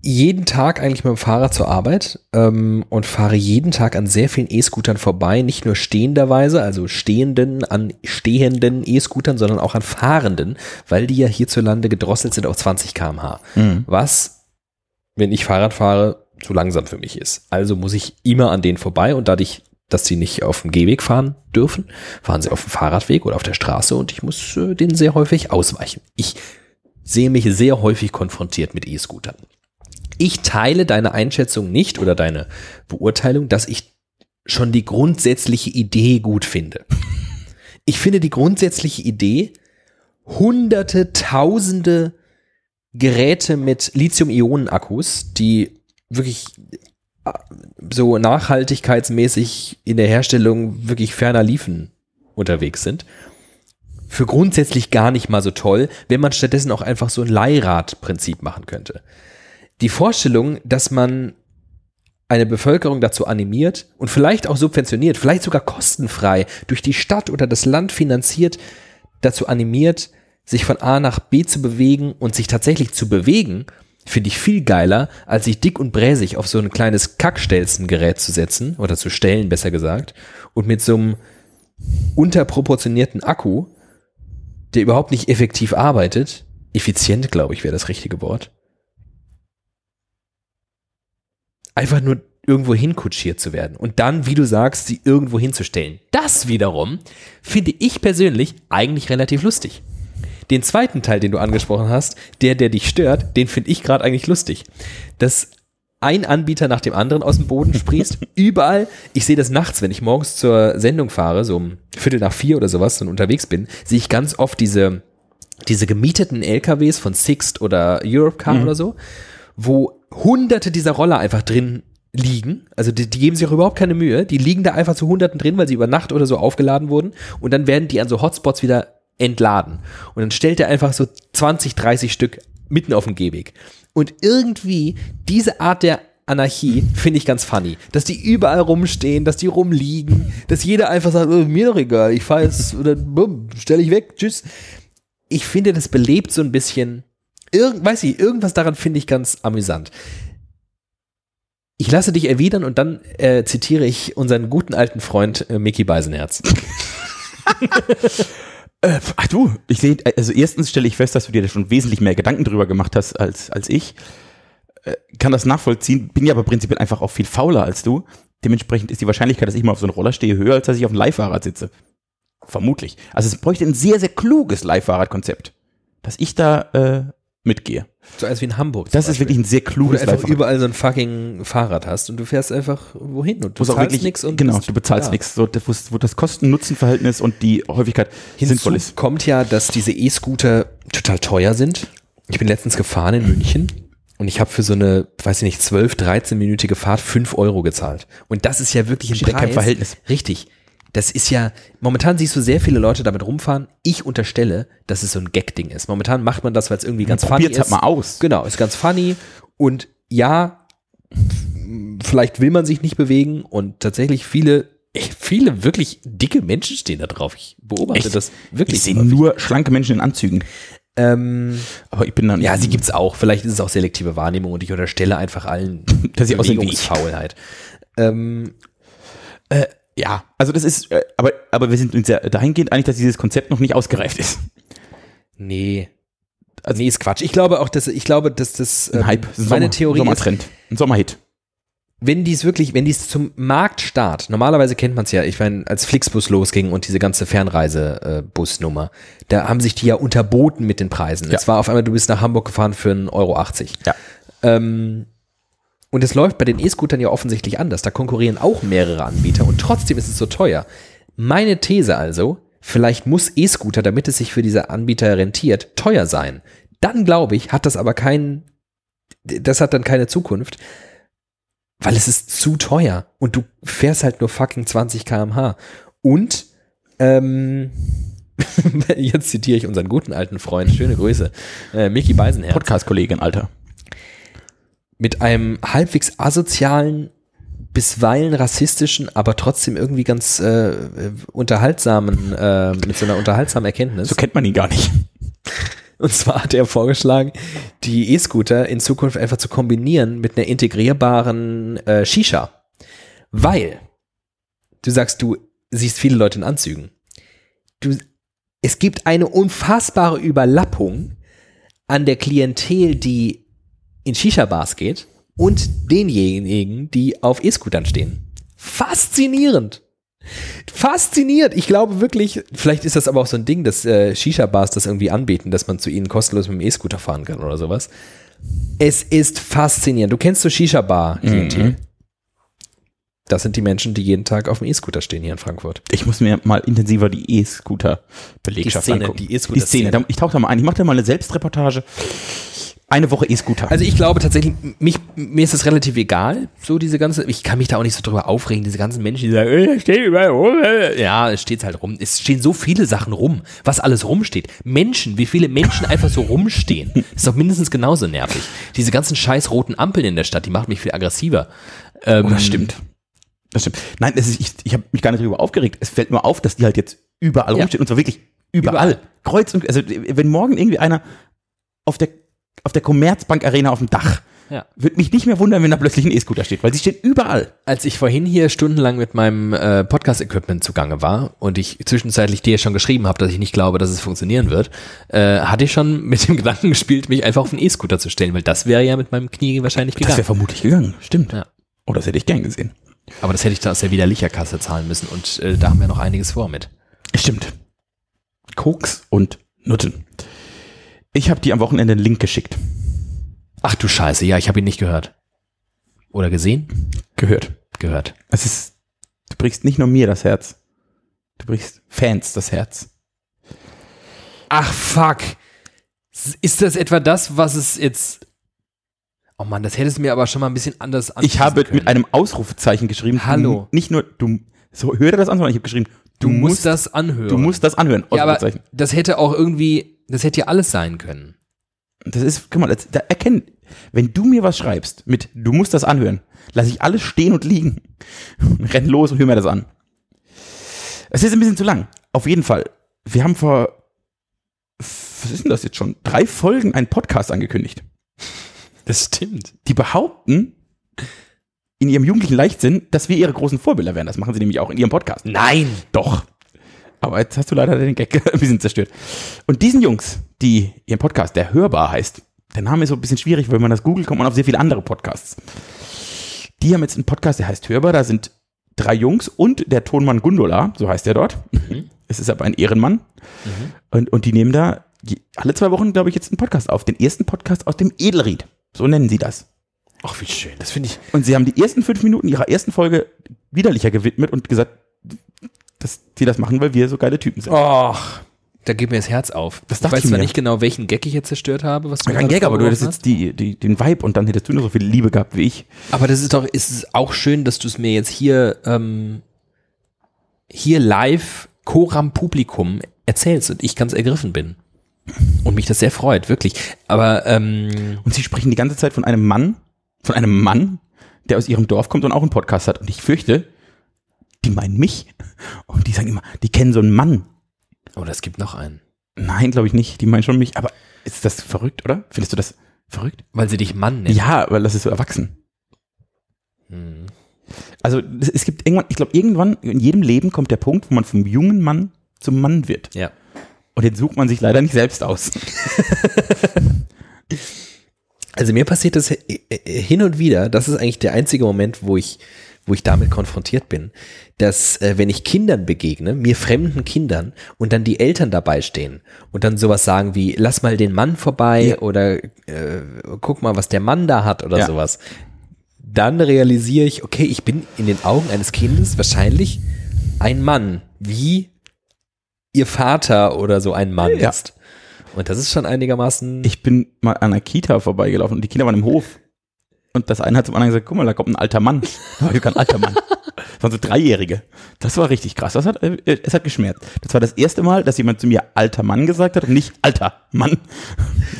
S2: jeden Tag eigentlich mit dem Fahrrad zur Arbeit ähm, und fahre jeden Tag an sehr vielen E-Scootern vorbei, nicht nur stehenderweise, also stehenden, an stehenden E-Scootern, sondern auch an fahrenden, weil die ja hierzulande gedrosselt sind auf 20 km/h. Was, wenn ich Fahrrad fahre, zu langsam für mich ist. Also muss ich immer an denen vorbei und dadurch, dass sie nicht auf dem Gehweg fahren dürfen, fahren sie auf dem Fahrradweg oder auf der Straße und ich muss äh, denen sehr häufig ausweichen. Ich sehe mich sehr häufig konfrontiert mit E-Scootern. Ich teile deine Einschätzung nicht oder deine Beurteilung, dass ich schon die grundsätzliche Idee gut finde. Ich finde die grundsätzliche Idee, hunderte, tausende Geräte mit Lithium-Ionen-Akkus, die wirklich äh, so nachhaltigkeitsmäßig in der Herstellung wirklich ferner liefen unterwegs sind, für grundsätzlich gar nicht mal so toll, wenn man stattdessen auch einfach so ein Leihrad-Prinzip machen könnte. die Vorstellung, dass man eine Bevölkerung dazu animiert und vielleicht auch subventioniert, vielleicht sogar kostenfrei durch die Stadt oder das Land finanziert, dazu animiert, sich von A nach B zu bewegen und sich tatsächlich zu bewegen, finde ich viel geiler, als sich dick und bräsig auf so ein kleines Kackstelzengerät zu setzen oder zu stellen, besser gesagt, und mit so einem unterproportionierten Akku, der überhaupt nicht effektiv arbeitet, effizient, glaube ich, wäre das richtige Wort, einfach nur irgendwo hinkutschiert zu werden und dann, wie du sagst, sie irgendwo hinzustellen. Das wiederum finde ich persönlich eigentlich relativ lustig. Den zweiten Teil, den du angesprochen hast, der, der dich stört, den finde ich gerade eigentlich lustig. Dass ein Anbieter nach dem anderen aus dem Boden sprießt, überall. Ich sehe das nachts, wenn ich morgens zur Sendung fahre, so um Viertel nach vier oder sowas und unterwegs bin, sehe ich ganz oft diese, diese gemieteten LKWs von Sixt oder Europcar oder so, wo hunderte dieser Roller einfach drin liegen. Also die, die geben sich auch überhaupt keine Mühe. Die liegen da einfach zu hunderten drin, weil sie über Nacht oder so aufgeladen wurden. Und dann werden die an so Hotspots wieder entladen. Und dann stellt er einfach so 20, 30 Stück mitten auf den Gehweg. Und irgendwie diese Art der Anarchie finde ich ganz funny. Dass die überall rumstehen, dass die rumliegen, dass jeder einfach sagt, "Oh, mir doch egal, ich fahre jetzt, oder bumm, stelle ich weg, tschüss ich finde, das belebt so ein bisschen. Irgend, weiß ich, irgendwas daran finde ich ganz amüsant. Ich lasse dich erwidern und dann äh, zitiere ich unseren guten alten Freund äh, Mickey Beisenherz.
S1: Äh, ach du, ich sehe, also erstens stelle ich fest, dass du dir da schon wesentlich mehr Gedanken drüber gemacht hast als, als ich. Äh, kann das nachvollziehen, bin ja aber prinzipiell einfach auch viel fauler als du. Dementsprechend ist die Wahrscheinlichkeit, dass ich mal auf so einen Roller stehe, höher, als dass ich auf einem Leihfahrrad sitze. Vermutlich. Also es bräuchte ein sehr, sehr kluges Leihfahrradkonzept, dass ich da äh, mitgehe.
S2: So als wie in Hamburg.
S1: Das ist wirklich ein sehr
S2: Wo du
S1: kluges
S2: einfach
S1: Leihfahrrad.
S2: überall so ein fucking Fahrrad hast und du fährst einfach wohin und du
S1: Wo es auch
S2: zahlst
S1: wirklich,
S2: nichts und
S1: genau,
S2: bist
S1: du bezahlst
S2: da.
S1: nichts, so, das- wo es- wo das Kosten-Nutzen-Verhältnis und die Häufigkeit
S2: Hinzu
S1: sinnvoll ist.
S2: kommt ja, dass diese E-Scooter total teuer sind. Ich bin letztens gefahren in München und ich habe für so eine, weiß ich nicht, 12, 13-minütige Fahrt 5 Euro gezahlt. Und das ist ja wirklich ein
S1: Steht ja
S2: Preis.
S1: kein Verhältnis.
S2: Richtig. Das ist ja, momentan siehst du sehr viele Leute damit rumfahren. Ich unterstelle, dass es so ein Gag-Ding ist. Momentan macht man das, weil es irgendwie ganz funny
S1: Probiert's
S2: ist.
S1: halt mal aus.
S2: Genau, ist ganz funny. Und ja, vielleicht will man sich nicht bewegen und tatsächlich viele, echt viele wirklich dicke Menschen stehen da drauf. Ich beobachte
S1: Echt?
S2: das wirklich.
S1: Ich sehe nur schlanke Menschen in Anzügen.
S2: ähm,
S1: Aber ich bin dann.
S2: ja, sie gibt's auch. Vielleicht ist es auch selektive Wahrnehmung und ich unterstelle einfach allen
S1: Dass sie aussehen wie ich.
S2: Bewegungsfaulheit. Ähm,
S1: Ja, also das ist, äh, aber, aber wir sind uns ja dahingehend einig, dass dieses Konzept noch nicht ausgereift ist.
S2: nee. Also, nee, ist Quatsch. Ich glaube auch, dass ich glaube, dass das ähm,
S1: Ein Hype, ein
S2: meine
S1: Sommer,
S2: Theorie ist,
S1: Sommertrend, ein Sommerhit.
S2: wenn dies wirklich, wenn dies zum Marktstart, normalerweise kennt man es ja, ich meine, als Flixbus losging und diese ganze Fernreise-Busnummer, da haben sich die ja unterboten mit den Preisen. Es war auf einmal, du bist nach Hamburg gefahren für 1,80 Euro.
S1: Ja.
S2: Ähm, und es läuft bei den E-Scootern ja offensichtlich anders. Da konkurrieren auch mehrere Anbieter und trotzdem ist es so teuer. Meine These also, vielleicht muss E-Scooter, damit es sich für diese Anbieter rentiert, teuer sein. Dann glaube ich, hat das aber keinen, das hat dann keine Zukunft, weil es ist zu teuer und du fährst halt nur fucking 20 km/h. Und ähm, jetzt zitiere ich unseren guten alten Freund, schöne Grüße, äh, Mickey Beisenherz
S1: Podcast-Kollegin, Alter.
S2: mit einem halbwegs asozialen, bisweilen rassistischen, aber trotzdem irgendwie ganz äh, äh, unterhaltsamen, äh, mit so einer unterhaltsamen Erkenntnis.
S1: So kennt man ihn gar nicht.
S2: Und zwar hat er vorgeschlagen, die E-Scooter in Zukunft einfach zu kombinieren mit einer integrierbaren äh, Shisha. Weil du sagst, du siehst viele Leute in Anzügen. Du, es gibt eine unfassbare Überlappung an der Klientel, die in Shisha-Bars geht und denjenigen, die auf E-Scootern stehen. Faszinierend! fasziniert. Ich glaube wirklich, vielleicht ist das aber auch so ein Ding, dass äh, Shisha-Bars das irgendwie anbieten, dass man zu ihnen kostenlos mit dem E-Scooter fahren kann oder sowas. Es ist faszinierend. Du kennst so Shisha-Bar. Mhm. Das sind die Menschen, die jeden Tag auf dem E-Scooter stehen hier in Frankfurt.
S1: Ich muss mir mal intensiver die E-Scooter-Belegschaft
S2: Die Szene,
S1: angucken.
S2: die E-Scooter-Szene.
S1: Die Szene. Da- Ich tauche da mal ein. Ich mache da mal eine Selbstreportage. Eine Woche E-Scooter.
S3: Also ich glaube tatsächlich, mich, mir ist das relativ egal, so diese ganze, ich kann mich da auch nicht so drüber aufregen, diese ganzen Menschen, die sagen, äh, da steht überall rum. äh. Ja, es steht halt rum. Es stehen so viele Sachen rum, was alles rumsteht. Menschen, wie viele Menschen einfach so rumstehen, ist doch mindestens genauso nervig. Diese ganzen scheiß roten Ampeln in der Stadt, die machen mich viel aggressiver. Ähm,
S1: das stimmt. Das stimmt. Nein, das ist, ich, ich habe mich gar nicht darüber aufgeregt. Es fällt mir auf, dass die halt jetzt überall
S3: Ja.
S1: rumstehen. Und zwar wirklich überall.
S3: Überall.
S1: Kreuz und also wenn morgen irgendwie einer auf der auf der Commerzbank Arena auf dem Dach,
S3: Ja.
S1: würde mich nicht mehr wundern, wenn da plötzlich ein E-Scooter steht, weil sie stehen überall.
S3: Als ich vorhin hier stundenlang mit meinem äh, Podcast-Equipment zugange war und ich zwischenzeitlich dir schon geschrieben habe, dass ich nicht glaube, dass es funktionieren wird, äh, hatte ich schon mit dem Gedanken gespielt, mich einfach auf einen E-Scooter zu stellen, weil das wäre ja mit meinem Knie wahrscheinlich
S1: Das
S3: gegangen.
S1: wäre vermutlich gegangen. Stimmt.
S3: Ja.
S1: Oh, das hätte ich gern gesehen.
S3: Aber das hätte ich da aus der Widerlicherkasse zahlen müssen und äh, da haben wir noch einiges vor mit.
S1: Stimmt. Koks und Nutten. Ich habe dir am Wochenende einen Link geschickt.
S3: Ach du Scheiße, ja, ich habe ihn nicht gehört. Oder gesehen?
S1: Gehört.
S3: Gehört.
S1: Es ist. Du brichst nicht nur mir das Herz. Du brichst Fans das Herz.
S3: Ach fuck. S- Ist das etwa das, was es jetzt... Oh Mann, das hättest du mir aber schon mal ein bisschen anders
S1: Ich
S3: anschließen
S1: habe
S3: können.
S1: mit einem Ausrufezeichen geschrieben.
S3: Hallo.
S1: Du, nicht nur, du, so, hör dir das an, sondern ich habe geschrieben,
S3: Du musst das anhören.
S1: du musst das anhören.
S3: Ja, aber
S1: Ausrufezeichen.
S3: das hätte auch irgendwie, das hätte ja alles sein können.
S1: das ist, guck mal, das, da erkennen, wenn du mir was schreibst mit, du musst das anhören, lasse ich alles stehen und liegen. Renn los und hör mir das an. Es ist ein bisschen zu lang. Auf jeden Fall. Wir haben vor, was ist denn das jetzt schon? Drei Folgen einen Podcast angekündigt.
S3: Das stimmt.
S1: die behaupten in ihrem jugendlichen Leichtsinn, dass wir ihre großen Vorbilder wären. Das machen sie nämlich auch in ihrem Podcast.
S3: Nein!
S1: Doch. Aber jetzt hast du leider den Gag ein bisschen zerstört. Und diesen Jungs, die ihren Podcast, der hörbar heißt, der Name ist so ein bisschen schwierig, weil wenn man das googelt, kommt man auf sehr viele andere Podcasts. Die haben jetzt einen Podcast, der heißt Hörbar, da sind drei Jungs und der Tonmann Gundula, so heißt er dort. Es ist aber ein Ehrenmann. Und, und die nehmen da je- alle zwei Wochen, glaube ich, jetzt einen Podcast auf. Den ersten Podcast aus dem Edelried. So nennen sie das.
S3: Ach, wie schön. Das finde ich.
S1: Und sie haben die ersten fünf Minuten ihrer ersten Folge widerlicher gewidmet und gesagt, dass sie das machen, weil wir so geile Typen
S2: Oh,
S1: sind.
S3: Och. Da geht mir das Herz auf.
S1: Oh. Das
S3: ich
S1: dachte
S3: weiß
S1: ich
S3: zwar
S1: mir.
S3: nicht genau, welchen Gag ich jetzt zerstört habe, was du
S1: Kein
S3: gerade
S1: Gag, aber du hättest
S3: vorgeworfen
S1: jetzt die, die, den Vibe und dann hättest du nur so viel Liebe gehabt wie ich.
S3: hast. Aber das ist doch, ist es auch schön, dass du es mir jetzt hier, ähm, hier live Coram Publikum erzählst und ich ganz ergriffen bin. Und mich das sehr freut, wirklich. Aber ähm,
S1: Und sie sprechen die ganze Zeit von einem Mann, von einem Mann, der aus ihrem Dorf kommt und auch einen Podcast hat. Und ich fürchte, die meinen mich. Und die sagen immer, die kennen so einen Mann.
S3: oh, es gibt noch einen.
S1: Nein, glaube ich nicht. Die meinen schon mich. Aber ist das verrückt, oder? Findest du das verrückt?
S3: Weil sie dich Mann nennen.
S1: Ja, weil das ist so erwachsen.
S3: Hm.
S1: Also es es gibt irgendwann, ich glaube, irgendwann in jedem Leben kommt der Punkt, wo man vom jungen Mann zum Mann wird.
S3: ja.
S1: Und den sucht man sich leider nicht selbst aus.
S2: Also mir passiert das äh, äh, hin und wieder, das ist eigentlich der einzige Moment, wo ich, wo ich damit konfrontiert bin, dass äh, wenn ich Kindern begegne, mir fremden Kindern und dann die Eltern dabei stehen und dann sowas sagen wie, lass mal den Mann vorbei
S1: Ja.
S2: oder äh, guck mal, was der Mann da hat oder
S1: Ja.
S2: sowas, dann realisiere ich, okay, ich bin in den Augen eines Kindes wahrscheinlich ein Mann, wie ihr Vater oder so ein Mann
S1: Ja.
S2: ist. Und das ist schon einigermaßen.
S1: Ich bin mal an einer Kita vorbeigelaufen und die Kinder waren im Hof. Und das eine hat zum anderen gesagt, guck mal, da kommt ein alter Mann. Da war sogar ein alter Mann. Das waren so Dreijährige. Das war richtig krass. Das hat, äh, es hat geschmerzt. Das war das erste Mal, dass jemand zu mir alter Mann gesagt hat und nicht alter Mann.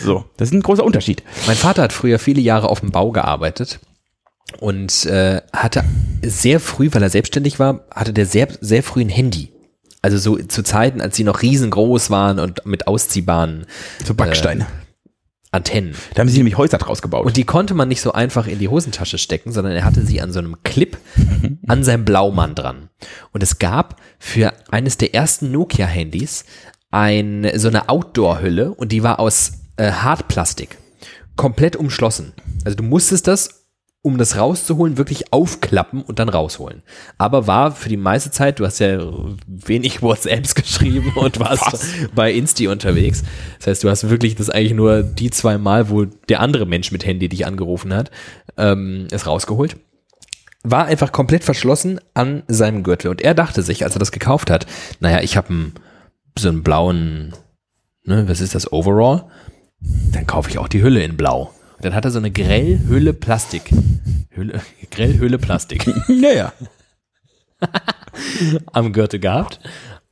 S1: So, das ist ein großer Unterschied.
S2: Mein Vater hat früher viele Jahre auf dem Bau gearbeitet und äh, hatte sehr früh, weil er selbstständig war, hatte der sehr, sehr früh ein Handy. Also so zu Zeiten, als sie noch riesengroß waren und mit ausziehbaren
S1: So Backsteine.
S2: Antennen.
S1: da haben sie nämlich Häuser draus gebaut.
S2: Und die konnte man nicht so einfach in die Hosentasche stecken, sondern er hatte sie an so einem Clip an seinem Blaumann dran. Und es gab für eines der ersten Nokia-Handys ein, so eine Outdoor-Hülle und die war aus äh, Hartplastik. Komplett umschlossen. Also du musstest das, um das rauszuholen, wirklich aufklappen und dann rausholen. Aber war für die meiste Zeit, du hast ja wenig WhatsApps geschrieben und warst bei Insti unterwegs. Das heißt, du hast wirklich das eigentlich nur die zwei Mal, wo der andere Mensch mit Handy dich angerufen hat, ähm, es rausgeholt war einfach komplett verschlossen an seinem Gürtel. Und er dachte sich, als er das gekauft hat, naja, ich habe so einen blauen, ne, was ist das, Overall? Dann kaufe ich auch die Hülle in Blau. Und dann hat er so eine Grellhülle Plastik. Hülle, Grellhülle Plastik
S1: Naja.
S2: am Gürtel gehabt.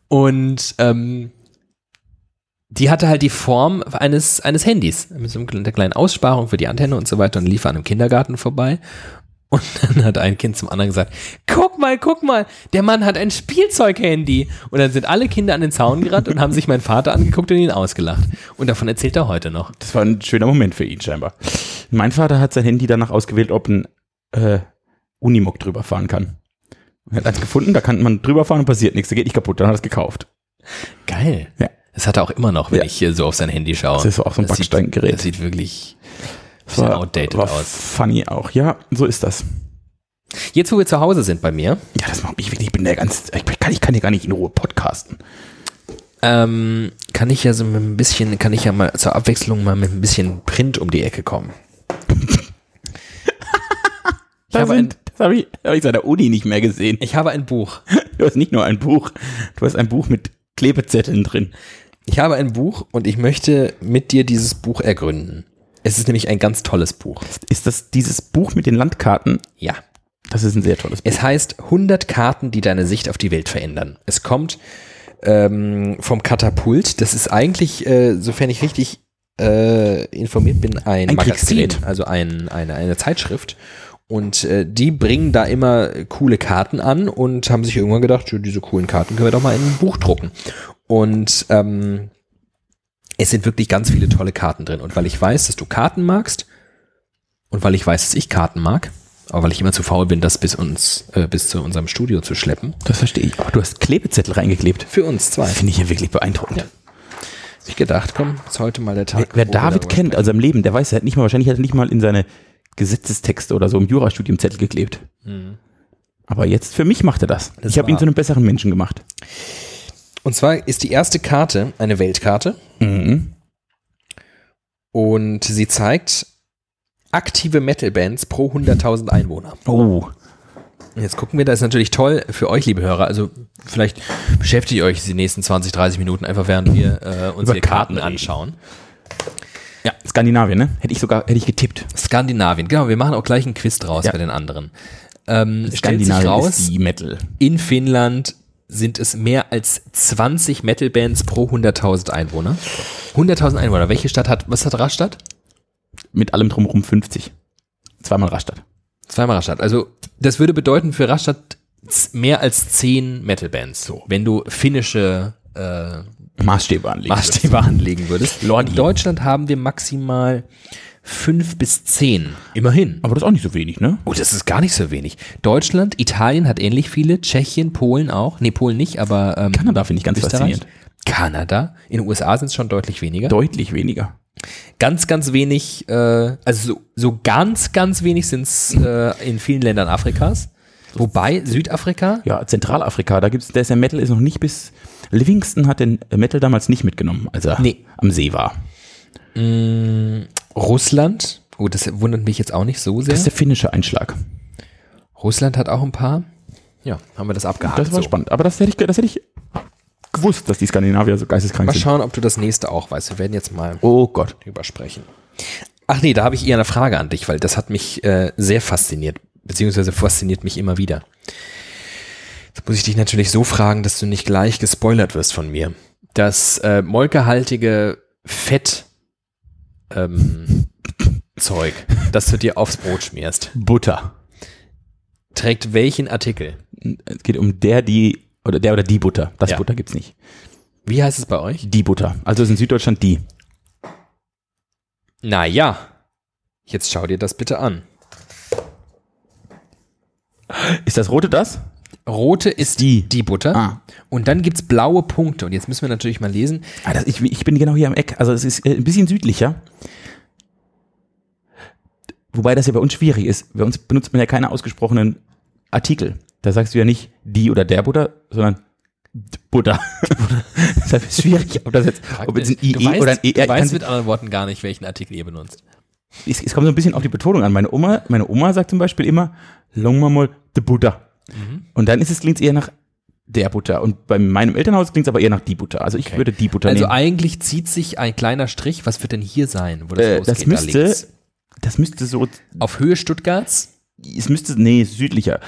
S2: Und ähm, die hatte halt die Form eines, eines Handys. Mit so einer kleinen Aussparung für die Antenne und so weiter und lief an einem Kindergarten vorbei. Und dann hat ein Kind zum anderen gesagt, guck mal, guck mal, der Mann hat ein Spielzeughandy. Und dann sind alle Kinder an den Zaun gerannt und haben sich meinen Vater angeguckt und ihn ausgelacht. Und davon erzählt er heute noch.
S1: Das war ein schöner Moment für ihn scheinbar. Mein Vater hat sein Handy danach ausgewählt, ob ein äh, Unimog drüber fahren kann. Er hat eins gefunden, da kann man drüber fahren und passiert nichts, der geht nicht kaputt, dann hat er es gekauft.
S2: Geil.
S1: Ja.
S2: Das hat er auch immer noch, wenn
S1: Ja.
S2: ich hier so auf sein Handy schaue.
S1: Das ist auch so ein
S2: Sieht,
S1: Backsteingerät.
S2: das sieht wirklich
S1: Das
S2: bisschen outdated
S1: war
S2: aus.
S1: funny auch. Ja, so ist das.
S2: Jetzt, wo wir zu Hause sind bei mir,
S1: Ja, das macht mich wirklich, ich bin der ganz, ich kann, ich kann hier gar nicht in Ruhe podcasten.
S2: ähm, kann ich ja so mit ein bisschen, kann ich ja mal zur Abwechslung mal mit ein bisschen Print um die Ecke kommen.
S1: Da
S2: habe
S1: sind- das habe ich, das hab ich seit der Uni nicht mehr gesehen.
S2: Ich habe ein Buch.
S1: Du hast nicht nur ein Buch, du hast ein Buch mit Klebezetteln drin.
S2: Ich habe ein Buch und ich möchte mit dir dieses Buch ergründen. Es ist nämlich ein ganz tolles Buch.
S1: Ist das dieses Buch mit den Landkarten?
S2: Ja.
S1: Das ist ein sehr tolles Buch.
S2: Es heißt 100 Karten, die deine Sicht auf die Welt verändern. Es kommt ähm, vom Katapult. Das ist eigentlich, äh, sofern ich richtig äh, informiert bin, ein,
S1: Ein
S2: Magazin,
S1: Kriegsgerät.
S2: also ein, eine, eine Zeitschrift. Und äh, die bringen da immer coole Karten an und haben sich irgendwann gedacht, "Ja, diese coolen Karten können wir doch mal in ein Buch drucken. Und ähm, es sind wirklich ganz viele tolle Karten drin. Und weil ich weiß, dass du Karten magst und weil ich weiß, dass ich Karten mag, aber weil ich immer zu faul bin, das bis uns äh, bis zu unserem Studio zu schleppen.
S1: Das verstehe ich. Aber du hast Klebezettel reingeklebt.
S2: Für uns zwei.
S1: Das
S2: Hab
S1: Äh, finde ich ja wirklich beeindruckend.
S2: ich gedacht, komm, ist heute mal der
S1: Wer,
S2: Tag.
S1: wer
S2: wo wir
S1: David
S2: darüber
S1: kennt, also im Leben, der weiß, er hat nicht mal, wahrscheinlich hat er nicht mal in seine Gesetzestexte oder so im Jurastudium Zettel geklebt. Aber jetzt, für mich macht er das. ich habe ihn
S2: Mhm. war-
S1: zu einem besseren Menschen gemacht.
S2: Und zwar ist die erste Karte eine Weltkarte Mhm. und sie zeigt aktive Metal-Bands pro 100.000 Einwohner.
S1: Oh.
S2: Und Jetzt gucken wir, das ist natürlich toll für euch, liebe Hörer. Also vielleicht beschäftigt ihr euch die nächsten 20, 30 Minuten einfach, während wir äh, uns
S1: Über
S2: hier Karten,
S1: Karten reden.
S2: anschauen.
S1: Ja, Skandinavien, ne? Hätte ich sogar, hätte ich getippt.
S2: Skandinavien, genau, wir machen auch gleich einen Quiz draus
S1: Ja.
S2: bei den anderen. Ähm, stellt sich raus,
S1: die Metal.
S2: in Finnland sind es mehr als 20 Metal-Bands pro 100.000 Einwohner. 100.000 Einwohner. Welche Stadt hat, was hat Rastatt?
S1: Mit allem drumherum 50. Zweimal Rastatt.
S2: Zweimal Rastatt. Also das würde bedeuten für Rastatt z- mehr als 10 Metal-Bands. So. Wenn du finnische äh,
S1: Maßstäbe anlegen.
S2: Maßstäbe anlegen würdest. In Deutschland haben wir maximal 5 bis 10. Immerhin.
S1: Aber das ist auch nicht so wenig, ne?
S2: Oh, das ist gar nicht so wenig. Deutschland, Italien hat ähnlich viele, Tschechien, Polen auch. Nee, Polen nicht, aber ähm,
S1: Kanada finde ich ganz faszinierend.
S2: Kanada. In den USA sind es schon deutlich weniger.
S1: Deutlich weniger.
S2: ganz, ganz wenig, äh, also so, so ganz, ganz wenig sind es äh, in vielen Ländern Afrikas. Wobei Südafrika,
S1: Ja, Zentralafrika, da gibt's, da ist der Metal ist noch nicht bis, Livingston hat den Metal damals nicht mitgenommen, als er
S2: Nee.
S1: am See war.
S2: Russland, oh, das wundert mich jetzt auch nicht so sehr.
S1: Das ist der finnische Einschlag.
S2: Russland hat auch ein paar. Ja, haben wir das abgehakt.
S1: Das war
S2: so.
S1: spannend. Aber das hätte ich, ge- das hätte ich gewusst, dass die Skandinavier so geisteskrank
S2: Mal
S1: sind.
S2: schauen, ob du das nächste auch weißt. Wir werden jetzt mal
S1: Oh Gott.
S2: drüber sprechen. Ach nee, da habe ich eher eine Frage an dich, weil das hat mich äh, sehr fasziniert, beziehungsweise fasziniert mich immer wieder. Jetzt muss ich dich natürlich so fragen, dass du nicht gleich gespoilert wirst von mir. Das äh, molkehaltige Fett ähm, Zeug, das du dir aufs Brot schmierst,
S1: Butter.
S2: trägt welchen Artikel?
S1: Es geht um der, die, oder der oder die Butter. Das
S2: Ja.
S1: Butter gibt's nicht.
S2: Wie heißt es bei euch?
S1: Die Butter. Also ist in Süddeutschland die.
S2: Naja, jetzt schau dir das bitte an.
S1: Ist das rote das?
S2: Rote ist die,
S1: Die.
S2: die Butter.
S1: Ah.
S2: Und dann gibt's blaue Punkte. Und jetzt müssen wir natürlich mal lesen.
S1: Ah, das, ich, ich bin genau hier am Eck. Also es ist äh, ein bisschen südlicher. Wobei das ja bei uns schwierig ist. Bei uns benutzt man ja keine ausgesprochenen Artikel. Da sagst du ja nicht die oder der Butter, sondern d- Butter. das ist schwierig, ob das jetzt, ob jetzt ein IE
S2: du weißt,
S1: oder ein E ER.
S2: E du
S1: ich kann's
S2: weißt mit anderen Worten gar nicht, welchen Artikel ihr benutzt.
S1: es, es kommt so ein bisschen auf die Betonung an. Meine Oma,
S2: Mhm.
S1: meine Oma sagt zum Beispiel immer, long mal mal de Butter. Und dann ist es, klingt eher nach der Butter. Und bei meinem Elternhaus klingt es aber eher nach die Butter. Also ich
S2: Okay.
S1: würde die Butter
S2: Also
S1: nehmen.
S2: eigentlich zieht sich ein kleiner Strich. Was wird denn hier sein, wo das
S1: Äh,
S2: losgeht?
S1: das
S2: Da
S1: müsste-
S2: links.
S1: Das müsste so,
S2: auf Höhe Stuttgarts
S1: es müsste, nee, südlicher.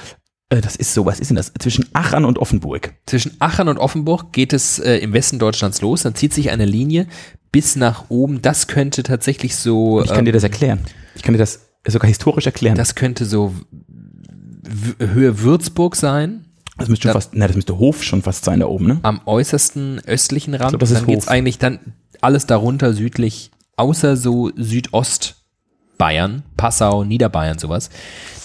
S1: Äh, Das ist so, was ist denn das? Zwischen Aachen und Offenburg.
S2: zwischen Aachen und Offenburg geht es äh, im Westen Deutschlands los. Dann zieht sich eine Linie bis nach oben. Das könnte tatsächlich so.
S1: Ich kann dir
S2: ähm,
S1: das erklären. Ich kann dir das sogar historisch erklären. Das,
S2: Das könnte so W- Höhe Würzburg sein,
S1: müsste schon fast, na, das müsste Hof schon fast sein da oben, ne?
S2: am äußersten östlichen Rand.
S1: glaub, das ist
S2: dann geht's
S1: Hof.
S2: eigentlich dann alles darunter südlich, außer so Südostbayern, Passau, Niederbayern, sowas.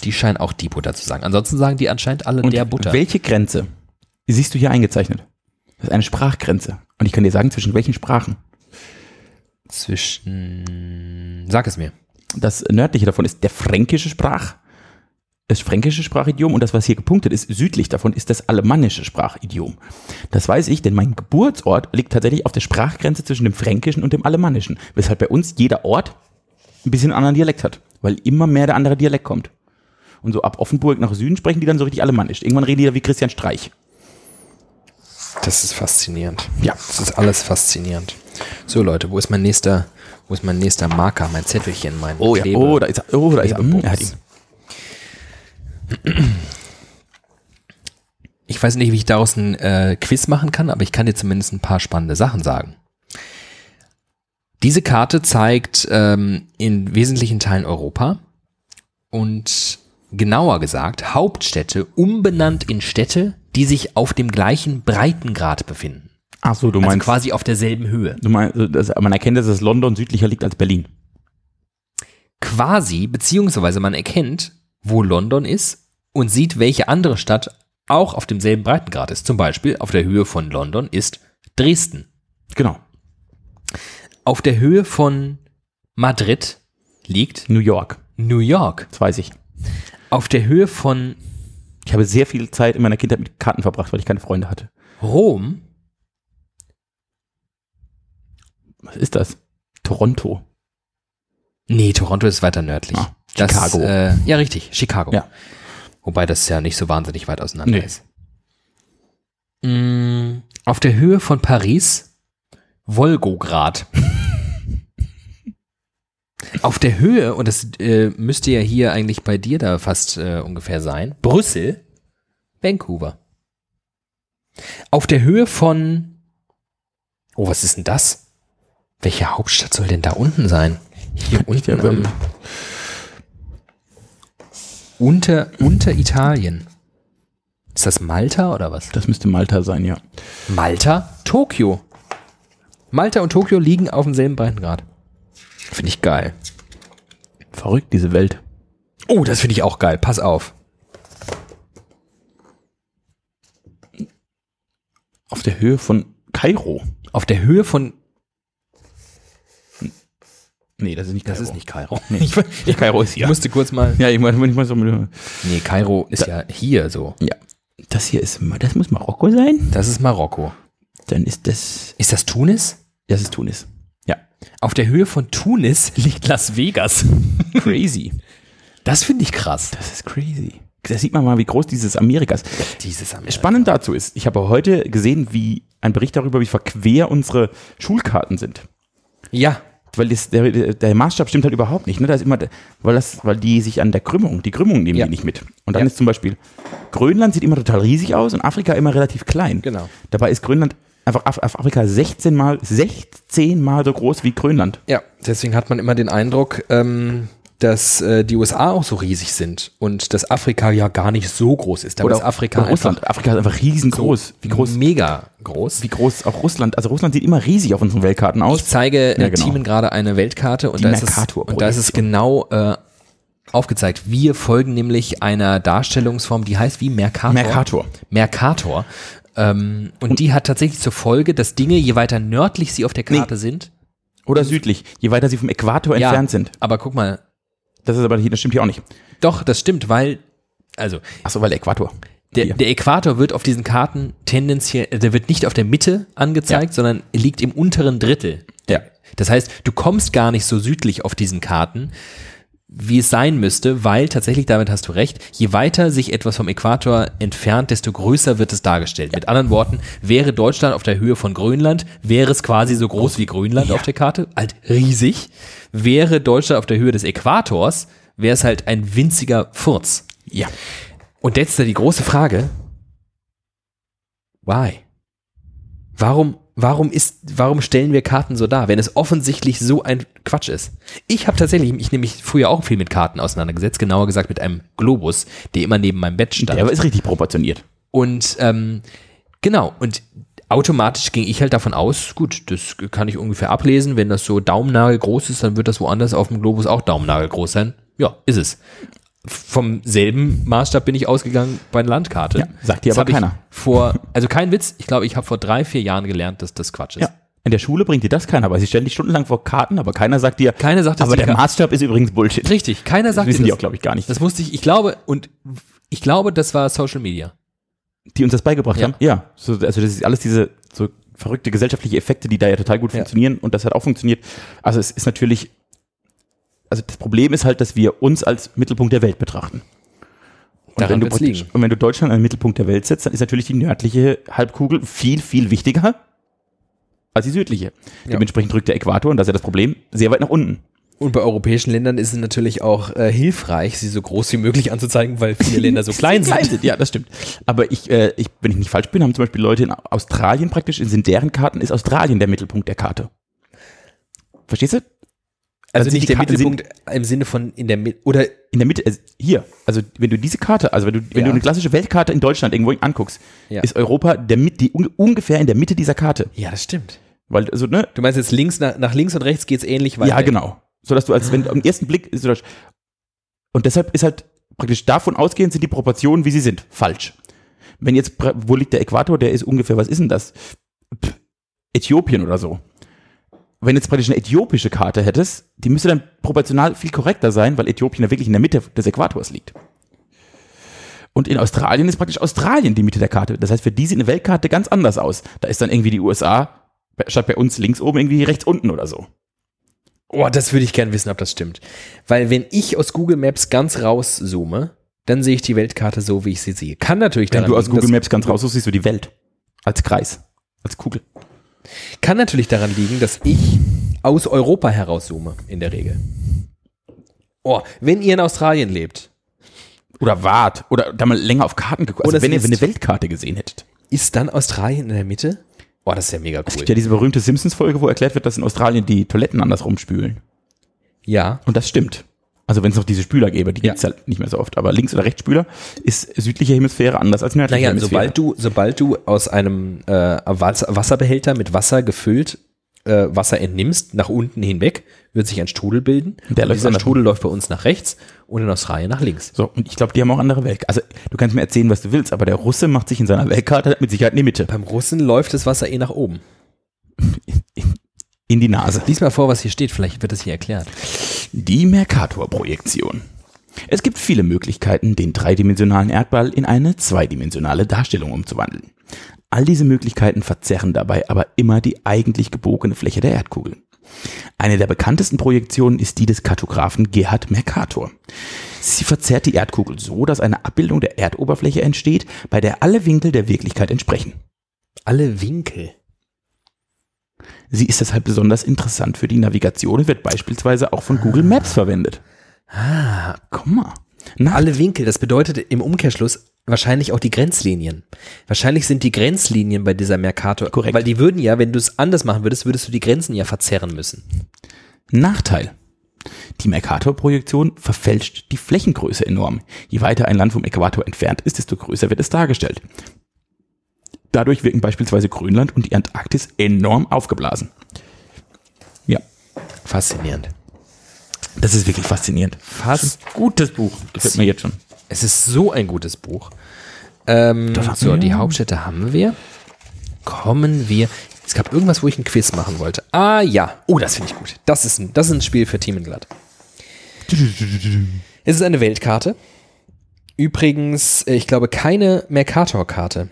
S2: Die scheinen auch die Butter zu sagen. Ansonsten sagen die anscheinend alle der Butter.
S1: welche Grenze siehst du hier eingezeichnet? Das ist eine Sprachgrenze. Und ich kann dir sagen, zwischen welchen Sprachen.
S2: Zwischen. Sag es mir.
S1: Das nördliche davon ist der fränkische Sprach, das fränkische Sprachidiom und das, was hier gepunktet ist, südlich davon ist das alemannische Sprachidiom. Das weiß ich, denn mein Geburtsort liegt tatsächlich auf der Sprachgrenze zwischen dem fränkischen und dem alemannischen, weshalb bei uns jeder Ort ein bisschen einen anderen Dialekt hat, weil immer mehr der andere Dialekt kommt. Und so ab Offenburg nach Süden sprechen die dann so richtig alemannisch. Irgendwann reden die da wie Christian Streich.
S2: Das ist faszinierend.
S1: Ja.
S2: Das ist alles faszinierend. So, Leute, wo ist mein nächster, wo ist mein nächster Marker, mein Zettelchen, mein
S1: Oh ja,
S2: Kleber?
S1: oh, da ist er, oh, da ist er. Hm, er hat ihn.
S2: Klebebums. Ich weiß nicht, wie ich daraus ein äh, Quiz machen kann, aber ich kann dir zumindest ein paar spannende Sachen sagen. Diese Karte zeigt ähm, in wesentlichen Teilen Europa und genauer gesagt Hauptstädte umbenannt in Städte, die sich auf dem gleichen Breitengrad befinden.
S1: Ach so, du
S2: Also
S1: meinst,
S2: quasi auf derselben Höhe.
S1: du meinst das, man erkennt, dass es London südlicher liegt als Berlin.
S2: quasi, beziehungsweise man erkennt, wo London ist und sieht, welche andere Stadt auch auf demselben Breitengrad ist. Zum Beispiel auf der Höhe von London ist Dresden.
S1: Genau.
S2: Auf der Höhe von Madrid liegt
S1: New York,
S2: New York.
S1: das weiß ich.
S2: Auf der Höhe von
S1: Ich habe sehr viel Zeit in meiner Kindheit mit Karten verbracht, weil ich keine Freunde hatte.
S2: Rom,
S1: Was ist das? Toronto.
S2: nee, Toronto ist weiter nördlich.
S1: Ah,
S2: Das,
S1: Chicago.
S2: äh, ja, richtig, Chicago.
S1: Ja.
S2: Wobei das ja nicht so wahnsinnig weit auseinander
S1: Nee.
S2: ist. Mm, auf der Höhe von Paris, Wolgograd. auf der Höhe, und das äh, müsste ja hier eigentlich bei dir da fast äh, ungefähr sein, Brüssel, Vancouver. Auf der Höhe von. Oh, was ist denn das? Welche Hauptstadt soll denn da unten sein? Hier unten.
S1: ja,
S2: am,
S1: ähm,
S2: unter, unter Italien. Ist das Malta oder was?
S1: Das müsste Malta sein, ja.
S2: Malta, Tokio. Malta und Tokio liegen auf demselben Breitengrad. Finde ich geil.
S1: Verrückt, diese Welt.
S2: Oh, das finde ich auch geil. Pass auf.
S1: Auf der Höhe von Kairo.
S2: Auf der Höhe von.
S1: Nee, das ist nicht Kairo.
S2: Kairo.
S1: Nee. Ich, Kairo ist
S2: Ich
S1: hier.
S2: musste kurz mal.
S1: Ja, ich meine, wenn ich mal so. Ja.
S2: Nee, Kairo ist ja hier so.
S1: Das hier ist, Ma- das muss Marokko sein.
S2: Das ist Marokko.
S1: Dann ist das,
S2: Ist das Tunis?
S1: das ist Tunis. Ja.
S2: Auf der Höhe von Tunis liegt Las Vegas.
S1: Crazy.
S2: Das finde ich krass.
S1: Das ist crazy. Da sieht man mal, wie groß dieses Amerikas ist.
S2: Dieses Amerika.
S1: Spannend dazu ist, ich habe heute gesehen, wie ein Bericht darüber, wie verquer unsere Schulkarten sind.
S2: Ja.
S1: Weil das, der, der Maßstab stimmt halt überhaupt nicht. Ne? Da ist immer, weil, das, weil die sich an der Krümmung, die Krümmung nehmen
S2: Ja.
S1: die nicht mit. Und dann
S2: Ja.
S1: ist zum Beispiel, Grönland sieht immer total riesig aus und Afrika immer relativ klein.
S2: Genau.
S1: Dabei ist Grönland, einfach Af Af- Afrika 16 mal, 16 mal so groß wie Grönland.
S2: Ja, deswegen hat man immer den Eindruck, ähm, dass äh, die USA auch so riesig sind und dass Afrika ja gar nicht so groß ist. Dabei ist Afrika
S1: oder Russland. Afrika ist einfach riesengroß.
S2: wie groß? Mega groß.
S1: Wie groß auch Russland, also Russland sieht immer riesig auf unseren Weltkarten
S2: ich
S1: aus.
S2: zeige äh,
S1: Ja, genau.
S2: Timen gerade eine Weltkarte und
S1: Die
S2: da, ist es,
S1: Mercator-Projektion.
S2: und da ist es genau äh, aufgezeigt. Wir folgen nämlich einer Darstellungsform, die heißt wie Mercator.
S1: Mercator.
S2: Mercator. Ähm, und, die hat tatsächlich zur Folge, dass Dinge, je weiter nördlich sie auf der Karte sind,
S1: Oder südlich, je weiter sie vom Äquator entfernt sind.
S2: aber guck mal,
S1: Das ist aber hier, das stimmt hier auch nicht.
S2: doch, das stimmt, weil, also,
S1: Achso, weil Äquator.
S2: Der,
S1: Hier.
S2: der Äquator wird auf diesen Karten tendenziell, äh, der wird nicht auf der Mitte angezeigt, sondern liegt im unteren Drittel.
S1: Ja.
S2: Das heißt, du kommst gar nicht so südlich auf diesen Karten,
S3: wie es sein müsste, weil tatsächlich, damit hast du recht, je weiter sich etwas vom Äquator entfernt, desto größer wird es dargestellt. Mit anderen Worten, wäre Deutschland auf der Höhe von Grönland, wäre es quasi so
S1: Oh.
S3: groß wie Grönland auf der Karte, halt riesig. Wäre Deutschland auf der Höhe des Äquators, wäre es halt ein winziger Furz.
S1: Ja.
S3: Und jetzt ist ja die große Frage, why? Warum, warum, ist, warum stellen wir Karten so dar, wenn es offensichtlich so ein Quatsch ist? Ich habe tatsächlich, ich nehme mich früher auch viel mit Karten auseinandergesetzt, genauer gesagt mit einem Globus, der immer neben meinem Bett stand.
S1: Der ist richtig proportioniert.
S3: Und ähm, genau, und automatisch ging ich halt davon aus, gut, das kann ich ungefähr ablesen, wenn das so daumennagel groß ist, dann wird das woanders auf dem Globus auch daumennagel groß sein. Ja, ist es. Vom selben Maßstab bin ich ausgegangen bei einer Landkarte.
S1: Ja, sagt dir
S3: Das
S1: aber
S3: hab ich
S1: keiner.
S3: Vor, also kein Witz, ich glaube, ich habe vor drei, vier Jahren gelernt, dass das Quatsch ist.
S1: Ja. In der Schule bringt dir das keiner, weil sie stellen dich stundenlang vor Karten, aber keiner sagt dir.
S3: Keiner sagt, dass
S1: aber
S3: die
S1: der
S3: Karten-
S1: Maßstab ist übrigens Bullshit.
S3: Richtig, keiner
S1: Das
S3: sagt
S1: wissen
S3: dir
S1: die
S3: das.
S1: auch, glaube ich, gar nicht.
S3: Das wusste ich, ich glaube, und ich glaube, das war Social Media.
S1: die uns das beigebracht
S3: Ja.
S1: haben. Ja, so, also das ist alles diese so verrückte gesellschaftliche Effekte, die da ja total gut
S3: Ja.
S1: funktionieren und das hat auch funktioniert. Also es ist natürlich, also das Problem ist halt, dass wir uns als Mittelpunkt der Welt betrachten. Und
S3: Daran
S1: wenn, du
S3: wird's
S1: praktisch-
S3: liegen.
S1: und wenn du Deutschland an den Mittelpunkt der Welt setzt, dann ist natürlich die nördliche Halbkugel viel, viel wichtiger als die südliche. Dementsprechend drückt der Äquator, und das ist ja das Problem, sehr weit nach unten.
S2: Und bei europäischen Ländern ist es natürlich auch äh, hilfreich, sie so groß wie möglich anzuzeigen, weil viele Länder so klein
S1: Sie
S2: sind.
S1: Ja, das stimmt. Aber ich, äh, ich, wenn ich nicht falsch bin, haben zum Beispiel Leute in Australien praktisch, sind deren Karten, ist Australien der Mittelpunkt der Karte. Verstehst du?
S2: Also
S1: sind
S2: nicht
S1: die
S2: der
S1: Karten-
S2: Mittelpunkt im Sinne von in der Mitte oder
S1: In der Mitte, also hier, also wenn du diese Karte, also wenn du, wenn
S2: Ja.
S1: du eine klassische Weltkarte in Deutschland irgendwo anguckst,
S2: Ja.
S1: ist Europa der mit, die, un, ungefähr in der Mitte dieser Karte.
S2: Ja, das stimmt.
S1: Weil, also, ne?
S2: Du meinst jetzt links nach, nach links und rechts geht's ähnlich weiter.
S1: Ja, genau. So dass du als, wenn du am ersten Blick, ist so das- und deshalb ist halt praktisch davon ausgehend sind die Proportionen, wie sie sind, falsch. Wenn jetzt, pra- wo liegt der Äquator, der ist ungefähr, was ist denn das? Pff, Äthiopien oder so. Wenn jetzt praktisch eine äthiopische Karte hättest, die müsste dann proportional viel korrekter sein, weil Äthiopien ja wirklich in der Mitte des Äquators liegt. Und in Australien ist praktisch Australien die Mitte der Karte. Das heißt, für die sieht eine Weltkarte ganz anders aus. Da ist dann irgendwie die USA bei- statt bei uns links oben irgendwie rechts unten oder so.
S2: Oh, das würde ich gerne wissen, ob das stimmt. Weil wenn ich aus Google Maps ganz rauszoome, dann sehe ich die Weltkarte so, wie ich sie sehe. Kann natürlich
S1: Wenn
S2: daran
S1: du aus
S2: liegen,
S1: Google Maps ganz raus suchst, siehst du die Welt. Als Kreis. Als Kugel.
S2: dass, kann natürlich daran liegen, dass ich aus Europa herauszoome in der Regel. Oh, wenn ihr in Australien lebt,
S1: Oder wart. Oder da mal länger auf Karten geguckt. Also
S2: Oder
S1: wenn ihr
S2: siehst-
S1: wenn ihr eine Weltkarte gesehen hättet.
S2: ist dann Australien in der Mitte? Oh, das ist ja mega
S1: Es
S2: cool.
S1: gibt ja diese berühmte Simpsons-Folge, wo erklärt wird, dass in Australien die Toiletten andersrum spülen.
S2: Ja.
S1: Und das stimmt. Also wenn es noch diese Spüler gäbe, die
S2: Ja.
S1: gibt's halt nicht mehr so oft. Aber links- oder rechtsspüler ist südliche Hemisphäre anders als nördliche
S2: Naja,
S1: Hemisphäre.
S2: sobald du, sobald du aus einem äh, Was- Wasserbehälter mit Wasser gefüllt äh, Wasser entnimmst, nach unten hinweg, wird sich ein Strudel bilden.
S1: Und der
S2: Und
S1: läuft
S2: dieser
S1: anders.
S2: Strudel läuft bei uns nach rechts und in Australien nach links.
S1: So, und ich glaube, die haben auch andere Welt. Also du kannst mir erzählen, was du willst, aber der Russe macht sich in seiner Weltkarte mit Sicherheit in die Mitte.
S2: Beim Russen läuft das Wasser eh nach oben.
S1: In die Nase.
S2: Lies mal vor, was hier steht, vielleicht wird das hier erklärt.
S1: Die Mercator-Projektion. Es gibt viele Möglichkeiten, den dreidimensionalen Erdball in eine zweidimensionale Darstellung umzuwandeln. All diese Möglichkeiten verzerren dabei aber immer die eigentlich gebogene Fläche der Erdkugel. Eine der bekanntesten Projektionen ist die des Kartografen Gerhard Mercator. Sie verzerrt die Erdkugel so, dass eine Abbildung der Erdoberfläche entsteht, bei der alle Winkel der Wirklichkeit entsprechen.
S2: Alle Winkel.
S1: Sie ist deshalb besonders interessant für die Navigation und wird beispielsweise auch von Google Maps verwendet. Ah, guck mal. Na,
S2: Alle Winkel, das bedeutet im Umkehrschluss wahrscheinlich auch die Grenzlinien. Wahrscheinlich sind die Grenzlinien bei dieser Mercator.
S1: Korrekt.
S2: Weil die würden ja, wenn du es anders machen würdest, würdest du die Grenzen ja verzerren müssen.
S1: Nachteil. Die Mercator-Projektion verfälscht die Flächengröße enorm. Je weiter ein Land vom Äquator entfernt ist, desto größer wird es dargestellt. Dadurch wirken beispielsweise Grönland und die Antarktis enorm aufgeblasen. Ja,
S2: Faszinierend.
S1: das ist wirklich faszinierend.
S2: Fast.
S1: Gutes Buch. Gefällt mir jetzt schon.
S2: Es ist so ein gutes Buch. Ähm,
S1: haben
S2: so,
S1: wir.
S2: die Hauptstädte haben wir. Kommen wir. Es gab irgendwas, wo ich ein Quiz machen wollte. Ah ja. Oh, das finde ich gut. Das ist, ein, das ist ein Spiel für Team in Glatt. Es ist eine Weltkarte. Übrigens, äh, ich glaube, keine Mercator-Karte.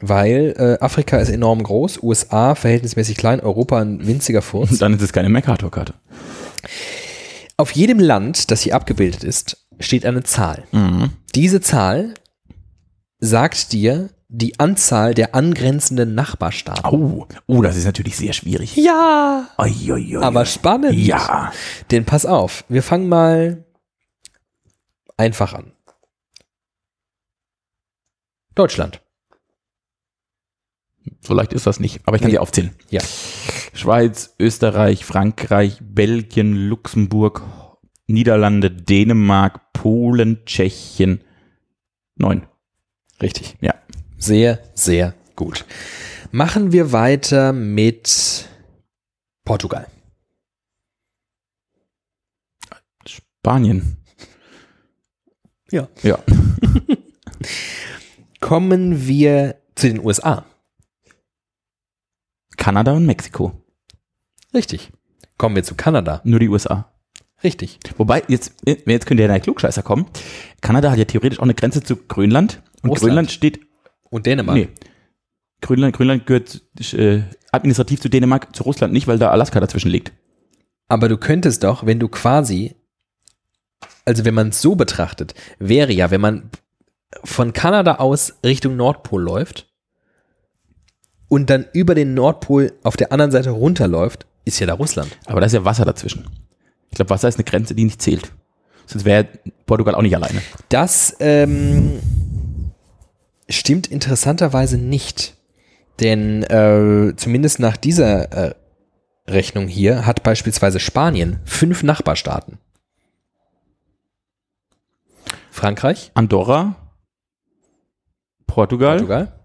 S2: Weil äh, Afrika ist enorm groß, USA verhältnismäßig klein, Europa ein winziger Furz.
S1: Und dann ist es keine Mercator-Karte.
S2: Auf jedem Land, das hier abgebildet ist, steht eine Zahl.
S1: Mhm.
S2: Diese Zahl sagt dir die Anzahl der angrenzenden Nachbarstaaten.
S1: Au. Oh, das ist natürlich sehr schwierig.
S2: Ja!
S1: Oi, oi, oi.
S2: Aber spannend.
S1: ja.
S2: Denn pass auf, wir fangen mal einfach an. Deutschland.
S1: So leicht ist das nicht. Aber ich kann
S2: Nee.
S1: sie aufzählen.
S2: Ja.
S1: Schweiz, Österreich, Frankreich, Belgien, Luxemburg, Niederlande, Dänemark, Polen, Tschechien. Neun.
S2: Richtig.
S1: Ja.
S2: Sehr, sehr gut. Machen wir weiter mit Portugal.
S1: Spanien.
S2: Ja.
S1: Ja.
S2: Kommen wir zu den USA.
S1: Kanada und Mexiko.
S2: Richtig. Kommen wir zu Kanada.
S1: Nur die USA.
S2: Richtig.
S1: Wobei, jetzt, jetzt könnte ja der Klugscheißer kommen. Kanada hat ja theoretisch auch eine Grenze zu Grönland. Und
S2: Russland.
S1: Grönland steht.
S2: Und Dänemark.
S1: Nee. Grönland, Grönland gehört äh, administrativ zu Dänemark, zu Russland nicht, weil da Alaska dazwischen liegt.
S2: Aber du könntest doch, wenn du quasi, also wenn man es so betrachtet, wäre ja, wenn man von Kanada aus Richtung Nordpol läuft und dann über den Nordpol auf der anderen Seite runterläuft, ist ja da Russland.
S1: Aber da ist ja Wasser dazwischen. Ich glaube, Wasser ist eine Grenze, die nicht zählt. Sonst wäre Portugal auch nicht alleine.
S2: Das ähm, stimmt interessanterweise nicht. Denn äh, zumindest nach dieser äh, Rechnung hier hat beispielsweise Spanien fünf Nachbarstaaten. Frankreich,
S1: Andorra, Portugal,
S2: Portugal,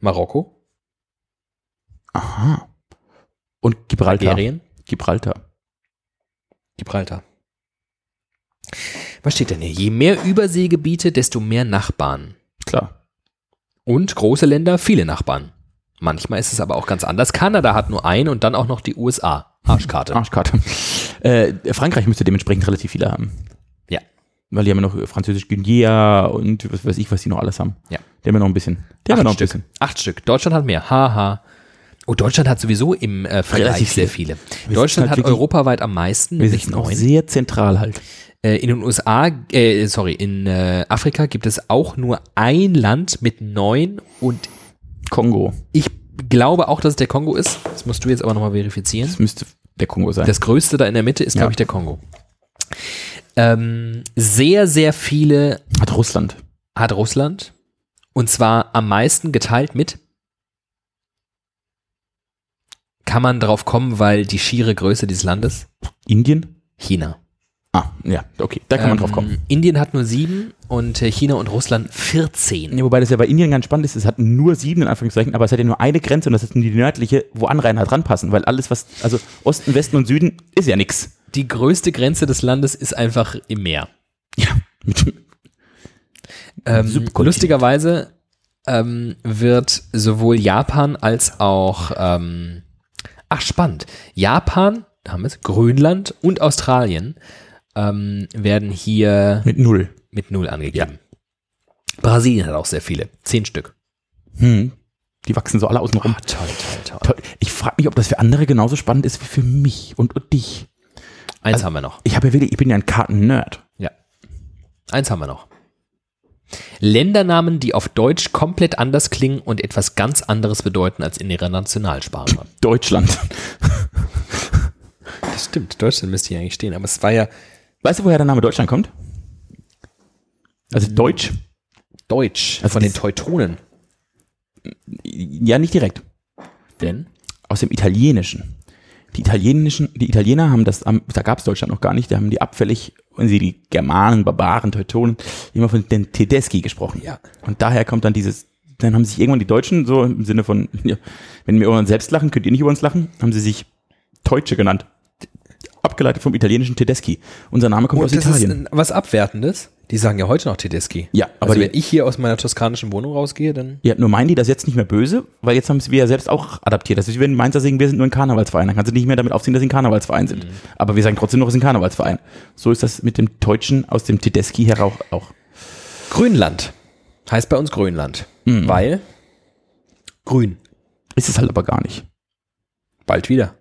S2: Marokko,
S1: und Gibraltar.
S2: Algerien,
S1: Gibraltar.
S2: Gibraltar. Was steht denn hier? Je mehr Überseegebiete, desto mehr Nachbarn.
S1: Klar.
S3: Und
S2: Und große Länder viele Nachbarn. Manchmal ist es aber auch ganz anders. Kanada hat nur einen und dann auch noch die USA. Arschkarte.
S1: Arschkarte. Äh, Frankreich müsste dementsprechend relativ viele haben.
S2: Ja.
S1: Weil die haben ja noch französisch Guinea und was weiß ich, was die noch alles haben. Die
S2: Ja.
S1: haben ja genau. noch ein bisschen. Die haben ja noch ein bisschen.
S3: Acht Stück. Deutschland hat mehr. Haha. Oh, Deutschland hat sowieso im äh, Vergleich
S1: Relativ
S3: sehr viele.
S1: Wir
S3: Deutschland
S1: sind halt
S3: hat
S1: wirklich-
S3: europaweit am meisten,
S1: Wir
S3: nämlich
S1: sitzen auch
S3: neun.
S1: sehr zentral halt.
S3: Äh, in den USA, äh, sorry, in äh, Afrika gibt es auch nur ein Land mit neun und
S1: Kongo.
S3: ich glaube auch, dass es der Kongo ist. Das musst du jetzt aber nochmal verifizieren.
S1: Das müsste der Kongo sein.
S3: Das größte da in der Mitte ist, glaube
S1: Ja.
S3: ich, der Kongo. Ähm, sehr, sehr viele
S1: hat Russland.
S3: hat Russland. Und zwar am meisten geteilt mit. Kann man drauf kommen, weil die schiere Größe dieses Landes?
S1: Indien?
S3: China.
S1: Ah, ja, okay. Da kann man drauf kommen.
S3: Ähm, Indien hat nur sieben und äh, China und Russland 14.
S1: Ja, wobei das ja bei Indien ganz spannend ist, es hat nur sieben in Anführungszeichen, aber es hat ja nur eine Grenze und das ist die nördliche, wo Anrainer dran passen, weil alles, was, also Osten, Westen und Süden ist ja nix.
S3: Die größte Grenze des Landes ist einfach im Meer.
S1: Ja.
S3: Ähm,
S1: Subkontinent.
S3: lustigerweise ähm, wird sowohl Japan als auch, ähm, ach spannend, Japan, da haben wir es, Grönland und Australien ähm, werden hier
S1: Mit null.
S3: mit null angegeben. Brasilien hat auch sehr viele, zehn Stück.
S1: Hm. Die wachsen so alle außen
S2: Ah.
S1: rum.
S3: Ah, toll, toll,
S1: Toll. Ich frage mich, ob das für andere genauso spannend ist wie für mich und, und dich.
S3: Eins
S1: Also-
S3: haben wir noch.
S1: Ich habe ja wirklich, ich bin ja ein Karten-Nerd.
S3: Ja. Eins haben wir noch. Ländernamen, die auf Deutsch komplett anders klingen und etwas ganz anderes bedeuten als in ihrer Nationalsprache.
S1: Deutschland.
S2: Das stimmt, Deutschland müsste hier eigentlich stehen, aber es war ja
S1: Weißt du, woher der Name Deutschland kommt? Also Deutsch?
S2: Deutsch
S1: Also
S2: von den
S1: dies-
S2: Teutonen.
S1: Ja, nicht direkt.
S3: Denn?
S1: aus dem Italienischen. Die italienischen, die Italiener haben das, am- da gab es Deutschland noch gar nicht, da haben die abfällig, wenn sie die Germanen, Barbaren, Teutonen, immer von den Tedeschi gesprochen.
S2: Ja.
S1: Und daher kommt dann dieses, dann haben sich irgendwann die Deutschen so im Sinne von, ja, wenn wir über uns selbst lachen, könnt ihr nicht über uns lachen, haben sie sich Deutsche genannt. Abgeleitet vom italienischen Tedeschi. Unser Name kommt aus
S2: Und das ist
S1: Italien.
S2: ein, was Abwertendes. Die sagen ja heute noch Tedeschi.
S1: Ja,
S2: aber
S1: aber
S2: also
S1: die-
S2: wenn ich hier aus meiner toskanischen Wohnung rausgehe, dann
S1: Ja, nur meinen die das jetzt nicht mehr böse, weil jetzt haben sie wir ja selbst auch adaptiert. Das ist wie wenn Mainzer singen, wir sind nur ein Karnevalsverein. Dann kannst du nicht mehr damit aufziehen, dass sie ein Karnevalsverein
S2: Mhm.
S1: sind. Aber wir sagen trotzdem noch, es ist ein Karnevalsverein. So ist das mit dem Deutschen aus dem Tedeschi heraus auch.
S2: Grönland. Heißt bei uns Grönland. Weil grün.
S1: Ist es halt aber gar nicht.
S2: Bald wieder.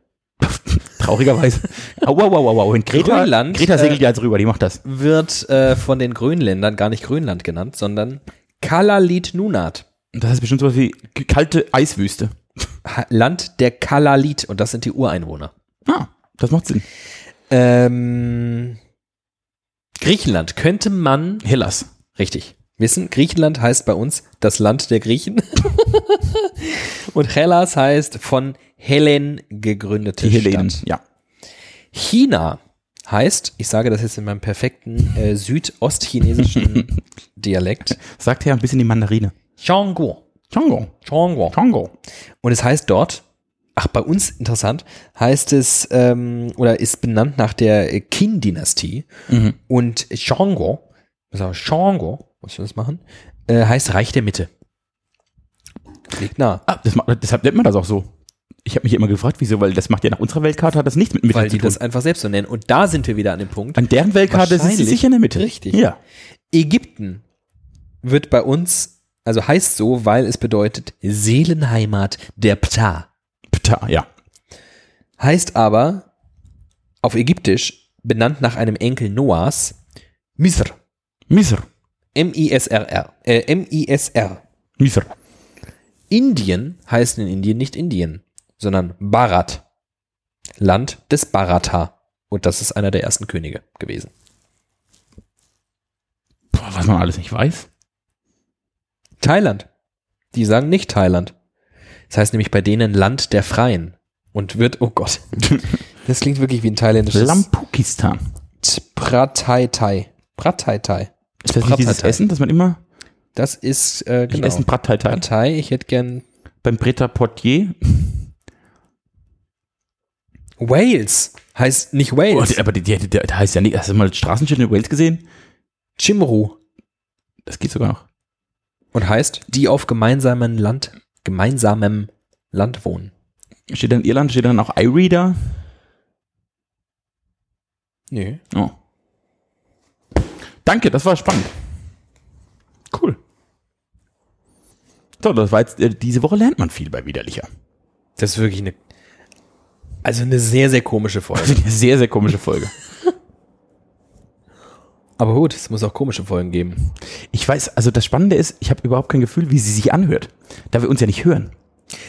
S1: Pff, Traurigerweise. Au, au, au, au, au. Und Greta,
S2: Grönland,
S1: Greta segelt
S2: äh,
S1: ja jetzt rüber, die macht das.
S2: Wird äh, von den Grönländern gar nicht Grönland genannt, sondern Kalalit Nunat.
S1: Das ist bestimmt sowas wie kalte Eiswüste.
S2: Ha- Land der Kalalit. Und das sind die Ureinwohner.
S1: Ah, das macht Sinn.
S2: Ähm, Griechenland könnte man
S1: Hellas.
S2: Richtig. Wissen, Griechenland heißt bei uns das Land der Griechen. Und Hellas heißt von Hellen gegründete
S1: Die Hellenen.
S2: Stadt.
S1: Ja.
S2: China heißt, ich sage das jetzt in meinem perfekten äh, südostchinesischen Dialekt,
S1: Sagt her ein bisschen die Mandarine.
S2: Changguo.
S1: Chango.
S2: Changguo.
S1: Chango.
S2: Und es heißt dort, ach, bei uns interessant, heißt es ähm, oder ist benannt nach der äh, Qin-Dynastie. Und Shango, also Shango, muss ich das machen, äh, heißt Reich der Mitte. Liegt nah.
S1: Ah, das, ma- deshalb nennt man das auch so. Ich habe mich immer gefragt, wieso, weil das macht ja nach unserer Weltkarte hat das nichts mit Mitte
S2: Weil
S1: zu
S2: die
S1: tun.
S2: das einfach selbst so nennen. Und da sind wir wieder an dem Punkt.
S1: An deren Weltkarte sind sie
S2: Wahrscheinlich.
S1: sicher in der Mitte.
S2: Richtig.
S1: Ja.
S2: Ägypten wird bei uns, also heißt so, weil es bedeutet Seelenheimat der Ptah.
S1: Pta, ja.
S2: Heißt aber auf Ägyptisch, benannt nach einem Enkel Noahs, Misr.
S1: Misr.
S2: M-I-S-R-R. Äh, M-I-S-R.
S1: Misr.
S2: Indien heißt in Indien nicht Indien, sondern Bharat. Land des Bharata. Und das ist einer der ersten Könige gewesen.
S1: Boah, was man alles nicht weiß.
S2: Thailand. Die sagen nicht Thailand. Das heißt nämlich bei denen Land der Freien. Und wird, oh Gott. Das klingt wirklich wie ein thailändisches.
S1: Lampukistan.
S2: Pratai-Tai. Pratai-Tai.
S1: Ist das nicht dieses
S2: Bratteitei.
S1: Essen, das man immer
S2: Das ist, äh,
S1: ich
S2: genau.
S1: esse ein Bratteitei.
S2: Pratai, ich hätte gern
S1: Beim Breta Portier.
S2: Wales. Heißt nicht
S1: Oh,
S2: Wales.
S1: die- aber die, die, die, da heißt ja nicht, hast du mal das Straßenschild in Wales gesehen?
S2: Chimru.
S1: Das geht sogar noch.
S2: Und heißt, die auf gemeinsamen Land, gemeinsamem Land wohnen.
S1: Steht da in Irland, steht da dann auch Irie da?
S2: Nö.
S1: Oh. Danke, das war spannend. Cool. So, das war jetzt, äh, diese Woche lernt man viel bei Widerlicher.
S2: Das ist wirklich eine, also eine sehr, sehr komische Folge.
S1: Eine sehr, sehr komische Folge.
S2: Aber gut, es muss auch komische Folgen geben.
S1: Ich weiß, also das Spannende ist, ich habe überhaupt kein Gefühl, wie sie sich anhört, da wir uns ja nicht hören.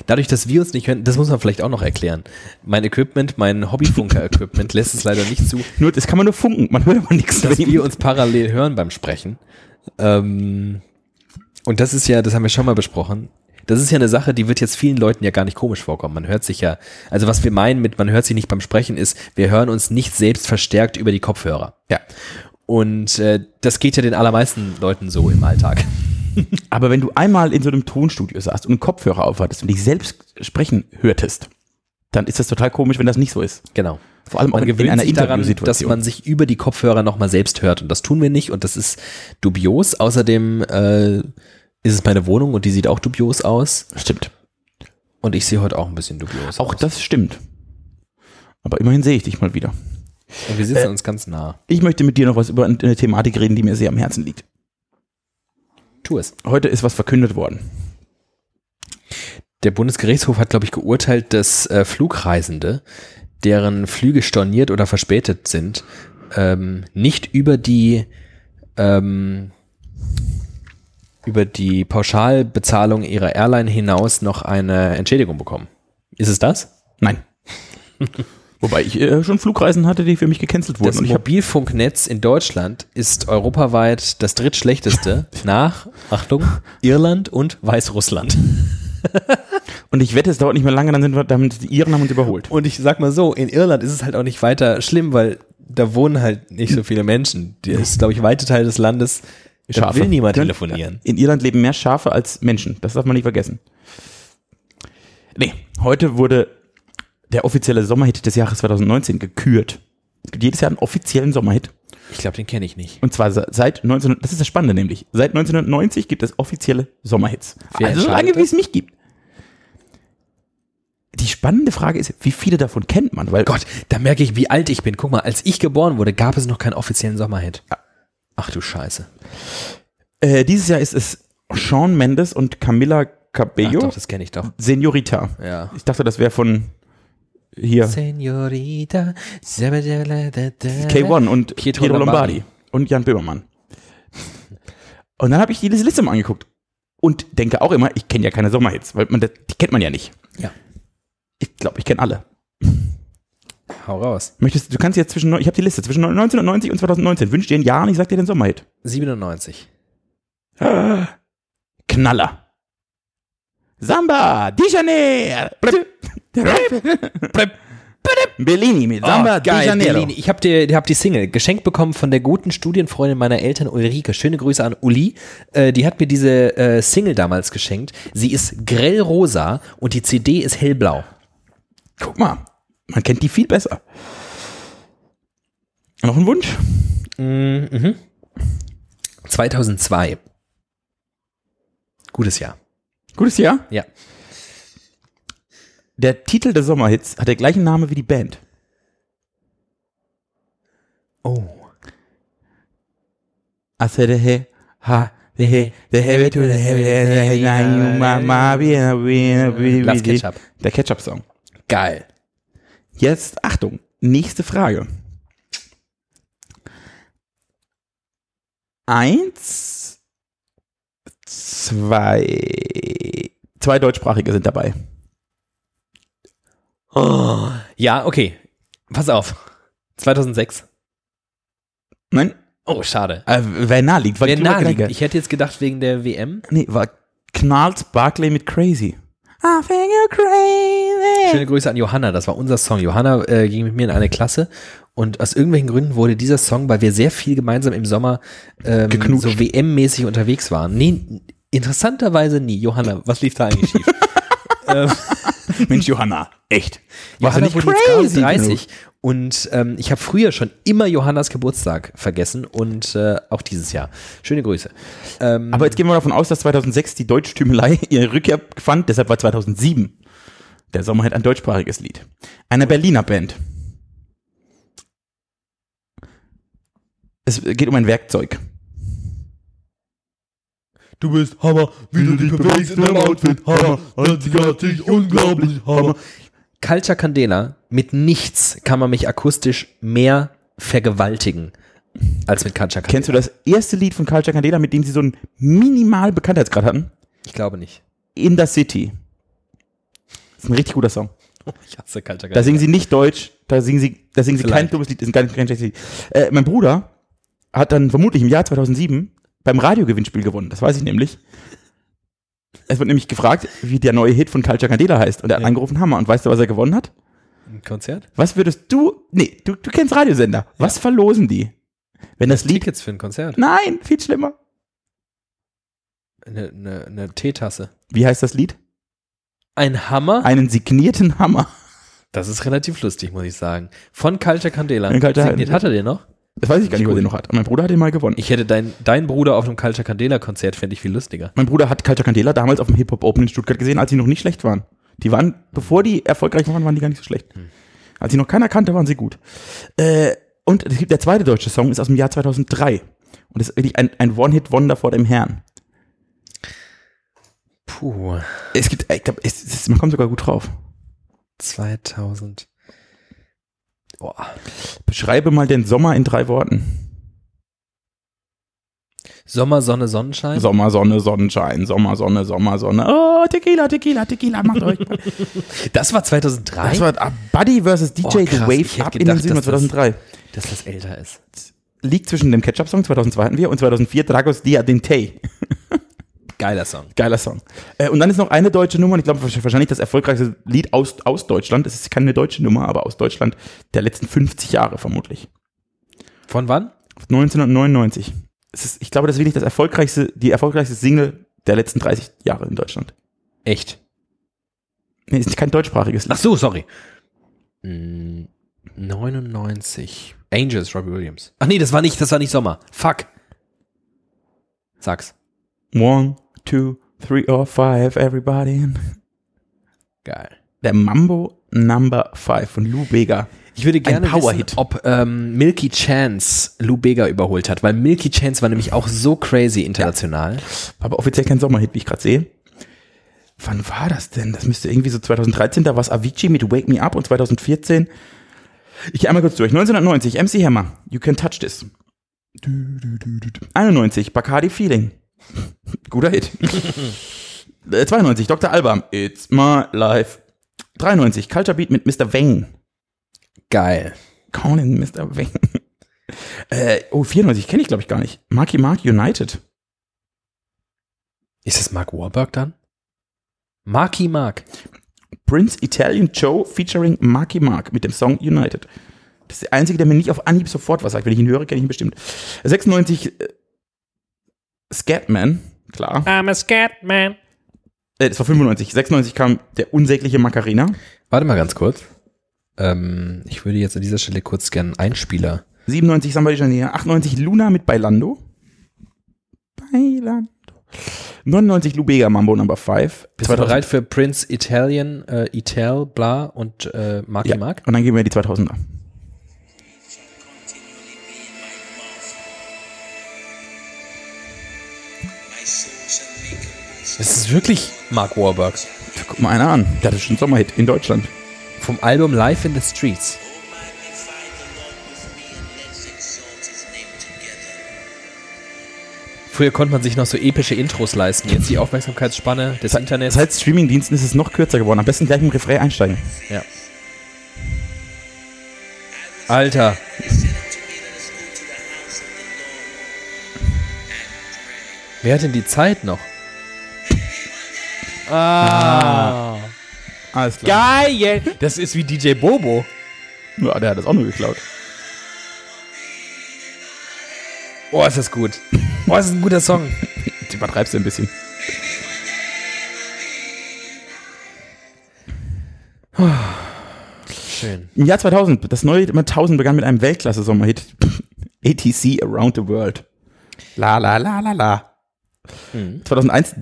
S2: Dadurch, dass wir uns nicht hören, das muss man vielleicht auch noch erklären. Mein Equipment, mein Hobbyfunker-Equipment lässt es leider nicht zu,
S1: Nur, das kann man nur funken, man hört aber nichts.
S2: dass
S1: Wenn-
S2: wir uns parallel hören beim Sprechen. Ähm, und das ist ja, das haben wir schon mal besprochen. Das ist ja eine Sache, die wird jetzt vielen Leuten ja gar nicht komisch vorkommen. Man hört sich ja, also was wir meinen mit man hört sich nicht beim Sprechen ist, wir hören uns nicht selbst verstärkt über die Kopfhörer.
S1: ja.
S2: Und äh, das geht ja den allermeisten Leuten so im Alltag.
S1: Aber wenn du einmal in so einem Tonstudio saßt und einen Kopfhörer aufhattest und dich selbst sprechen hörtest, dann ist das total komisch, wenn das nicht so ist.
S2: Genau.
S1: Vor allem auch
S2: Man
S1: in,
S2: gewöhnt
S1: in einer
S2: sich daran, dass
S1: Interviewsituation.
S2: man sich über die Kopfhörer nochmal selbst hört. Und das tun wir nicht und das ist dubios. Außerdem äh, ist es meine Wohnung und die sieht auch dubios aus.
S1: stimmt.
S2: Und ich sehe heute auch ein bisschen dubios
S1: Auch
S2: aus.
S1: das stimmt. Aber immerhin sehe ich dich mal wieder.
S2: Und wir sitzen uns ganz nah.
S1: Ich möchte mit dir noch was über eine Thematik reden, die mir sehr am Herzen liegt.
S2: Tu es.
S1: Heute ist was verkündet worden.
S2: Der Bundesgerichtshof hat, glaube ich, geurteilt, dass äh, Flugreisende, deren Flüge storniert oder verspätet sind, ähm, nicht über die ähm, über die Pauschalbezahlung ihrer Airline hinaus noch eine Entschädigung bekommen. Ist es das?
S1: Nein. Wobei ich äh, schon Flugreisen hatte, die für mich gecancelt wurden.
S2: Das
S1: und ich habe
S2: Mobilfunknetz in Deutschland ist europaweit das drittschlechteste nach, Achtung, Irland und Weißrussland.
S1: Und ich wette, es dauert nicht mehr lange, dann sind wir, damit die Iren haben uns überholt.
S2: Und ich sag mal so, in Irland ist es halt auch nicht weiter schlimm, weil da wohnen halt nicht so viele Menschen. Die ist, glaube ich, weite Teil des Landes. Da will niemand telefonieren.
S1: In Irland leben mehr Schafe als Menschen. Das darf man nicht vergessen. Nee, heute wurde der offizielle Sommerhit des Jahres 2019 gekürt. Es gibt jedes Jahr einen offiziellen Sommerhit.
S2: Ich glaube, den kenne ich nicht.
S1: Und zwar se- seit 19, das ist das Spannende nämlich, seit 1990 gibt es offizielle Sommerhits.
S2: Wer
S1: also so
S2: entscheidet
S1: lange, wie
S2: das?
S1: es mich gibt. Die spannende Frage ist, wie viele davon kennt man? Weil
S2: Oh Gott, da merke ich, wie alt ich bin. Guck mal, als ich geboren wurde, gab es noch keinen offiziellen Sommerhit. Ach du Scheiße.
S1: äh, dieses Jahr ist es Sean Mendes und Camila
S2: Ach
S1: Cabello,
S2: doch, das kenne ich doch.
S1: Senorita.
S2: Ja.
S1: Ich dachte, das wäre von hier
S3: Senorita. K1.
S1: K1 und
S2: Pietro
S1: Pietro, Lombardi. und Jan Böhmermann. Und dann habe ich diese Liste mal angeguckt und denke auch immer, ich kenne ja keine Sommerhits, weil man das, die kennt man ja nicht.
S3: Ja.
S1: Ich glaube, ich kenne alle.
S2: Hau raus.
S1: Möchtest du kannst jetzt zwischen neun- ich habe die Liste zwischen 1990 und 2019 wünsch dir ein Jahr und ich sag dir den Sommerhit.
S2: 97.
S1: Knaller. Samba, Dijaneer. Bellini mit Samba, oh,
S2: Samba Ah, geil, Berlin.
S1: Dijaneer.
S2: Ich habe die, hab die Single geschenkt bekommen von der guten Studienfreundin meiner Eltern, Ulrike. Schöne Grüße an Uli. Äh, die hat mir diese äh, Single damals geschenkt. Sie ist grell rosa und die CD ist hellblau.
S1: Guck mal, man kennt die viel besser. Noch ein Wunsch?
S2: 2002. Gutes Jahr.
S1: Gutes Jahr.
S2: Ja.
S1: Der Titel des Sommerhits hat den gleichen Namen wie die Band.
S2: Oh.
S1: Acerehe, ha, dehe, dehe, wetu, dehe, dehe, dehe, na, yu, ma, ma, bi, na, bi, na, bi,
S2: Last
S1: bi, bi.
S2: Ketchup.
S1: Der Ketchup-Song.
S2: Geil.
S1: Jetzt, Achtung, nächste Frage. Eins, zwei, zwei deutschsprachige sind dabei.
S2: Ja, okay. Pass auf. 2006.
S1: Nein,
S2: Oh, schade.
S1: äh, wer nahe liegt, war
S2: Wer
S1: Klima-
S2: naheliegend? Ich hätte jetzt gedacht wegen der WM.
S1: Nee, war Knarls Barclay mit Crazy. I think you're crazy.
S2: Schöne Grüße an Johanna, das war unser Song. Johanna äh, ging mit mir in eine Klasse und aus irgendwelchen Gründen wurde dieser Song, weil wir sehr viel gemeinsam im Sommer ähm,
S1: Geknutscht.
S2: so WM-mäßig unterwegs waren. Nee, interessanterweise nie. Johanna, was lief da eigentlich schief?
S1: Mensch, Johanna, echt. Warst du
S2: Johanna
S1: nicht
S2: wurde jetzt gerade
S1: crazy
S2: 30 und ähm, ich habe früher schon immer Johannas Geburtstag vergessen und äh, auch dieses Jahr. Schöne Grüße. Ähm,
S1: Aber jetzt gehen wir davon aus, dass 2006 die Deutschtümelei ihre Rückkehr fand. Deshalb war 2007 der Sommer halt ein deutschsprachiges Lied. Einer Berliner Band. Es geht um ein Werkzeug.
S4: Du bist Hammer, wie du dich bewegst in deinem Outfit. Hammer, einzigartig, unglaublich, Hammer.
S2: Calcia Candela, mit nichts kann man mich akustisch mehr vergewaltigen als mit Calcia Candela.
S1: Kennst du das erste Lied von Karl Candela, mit dem sie so einen minimal Bekanntheitsgrad hatten?
S2: Ich glaube nicht.
S1: In the City. Das ist ein richtig guter Song.
S2: Ich hasse Kalter
S1: Da singen sie nicht Deutsch, da singen sie, da singen sie kein
S2: Vielleicht.
S1: dummes Lied, das ist kein, kein schlechtes Lied. Äh, mein Bruder hat dann vermutlich im Jahr 2007 beim Radiogewinnspiel gewonnen, das weiß ich nämlich. Es wird nämlich gefragt, wie der neue Hit von Culture Candela heißt. Und er hat angerufen Hammer. Und weißt du, was er gewonnen hat?
S2: Ein Konzert?
S1: Was würdest du. Nee, du, du kennst Radiosender. Was verlosen die? Wenn das Lied.
S2: Tickets für ein Konzert?
S1: Nein, viel schlimmer.
S2: Eine, eine, eine Teetasse.
S1: Wie heißt das Lied?
S2: Ein Hammer?
S1: Einen signierten Hammer.
S2: das ist relativ lustig, muss ich sagen. Von Kalter Candela.
S1: Von Culture
S2: Signiert,
S1: Candela.
S2: hat er den noch?
S1: Das weiß ich gar nicht, wo der noch hat. Und mein Bruder hat den mal gewonnen.
S2: Ich hätte dein, dein Bruder auf einem Kalter Candela Konzert, fände ich viel lustiger.
S1: Mein Bruder hat Culture Candela damals auf dem Hip-Hop Open in Stuttgart gesehen, als sie noch nicht schlecht waren. Die waren, bevor die erfolgreich waren, waren die gar nicht so schlecht.
S2: Hm.
S1: Als sie noch keiner kannte, waren sie gut. Äh, und es gibt- der zweite deutsche Song ist aus dem Jahr 2003. Und das ist wirklich ein, ein One-Hit-Wonder vor dem Herrn.
S2: Puh.
S1: Es gibt, ich glaub, es, es, man kommt sogar gut drauf.
S2: 2000. Boah.
S1: Beschreibe mal den Sommer in drei Worten.
S2: Sommer, Sonne, Sonnenschein.
S1: Sommer, Sonne, Sonnenschein, Sommer, Sonne, Sommer, Sonne. Oh, Tequila, Tequila, Tequila, macht euch.
S2: Das war 2003?
S1: Das war ah, Buddy vs. DJ
S2: Oh,
S1: The
S2: krass, ich
S1: Wave
S2: hätte
S1: Up in den
S2: gedacht,
S1: Süden
S2: dass das-
S1: 2003.
S2: dass das älter ist.
S1: liegt zwischen dem Ketchup-Song, 2002 hatten wir, und 2004 Dragos Dia den Tei.
S2: Geiler Song.
S1: Geiler Song. Äh, und dann ist noch eine deutsche Nummer, und ich glaube wahrscheinlich das erfolgreichste Lied aus, aus Deutschland. Es ist keine deutsche Nummer, aber aus Deutschland der letzten 50 Jahre vermutlich.
S2: Von wann?
S1: 1999. Es ist, ich glaube, das ist wirklich das erfolgreichste, die erfolgreichste Single der letzten 30 Jahre in Deutschland.
S2: Echt.
S1: Nee, ist kein deutschsprachiges Lied.
S2: Ach so, sorry. Mm, 99. Angels, Robbie Williams. Ach nee, das war nicht, das war nicht Sommer. Fuck. Sag's.
S1: One, two, three or five, everybody. in.
S2: Geil.
S1: Der Mambo Number Five von Lou Bega.
S2: Ich würde gerne
S1: Powerhit.
S2: wissen, ob ähm, Milky Chance Lou Bega überholt hat, weil Milky Chance war nämlich auch so crazy international.
S1: aber offiziell kein Sommerhit, wie ich gerade sehe. Wann war das denn? Das müsste irgendwie so 2013, da war es Avicii mit Wake Me Up und 2014. Ich gehe einmal kurz durch. 1990, MC Hammer, You Can Touch This. 91, Bacardi Feeling. Guter Hit. Äh, 92, Dr. Alba, It's My Life. 93, Culture Beat mit Mr. Wang.
S2: Geil.
S1: Conan, Mr. Wang. Äh, oh, 94 kenne ich, glaube ich, gar nicht. Marky Mark United.
S3: Ist das Mark Warburg dann? Marky Mark.
S1: Prince Italian Joe featuring Marky Mark mit dem Song United. Das ist der einzige, der mir nicht auf Anhieb sofort was sagt. Wenn ich ihn höre, kenne ich ihn bestimmt. 96 äh, Scatman, klar.
S3: I'm a Scatman.
S1: Äh, das war 95. 96 kam der unsägliche Macarena.
S2: Warte mal ganz kurz. Ähm, ich würde jetzt an dieser Stelle kurz gerne einen Einspieler.
S1: 97 Samba de Janeiro. 98 Luna mit Bailando. Bailando. 99 Lubega Mambo Number 5.
S2: Bist du bereit für Prince Italian, äh, Ital, bla und äh, Marky
S1: Ja.
S2: Mark?
S1: Und dann gehen wir in die 2000er.
S2: Das ist wirklich Mark Warburg.
S1: Da guck mal einer an. Der hatte schon einen Sommerhit in Deutschland.
S2: Vom Album Live in the Streets. Früher konnte man sich noch so epische Intros leisten. Jetzt die Aufmerksamkeitsspanne des Internets.
S1: Seit Streamingdiensten ist es noch kürzer geworden. Am besten gleich im Refrain einsteigen.
S2: Ja. Alter. Wer hat denn die Zeit noch?
S1: Alles klar.
S3: Geil! Das ist wie DJ Bobo.
S1: Ja, der hat das auch nur geklaut.
S2: Oh, ist das gut. Oh, ist das ein guter Song.
S1: Jetzt übertreibst du ein bisschen.
S3: Schön.
S1: Im Jahr 2000, das neue Jahr 1000 begann mit einem Weltklasse-Sommerhit. ATC Around the World. La la la la la. 2001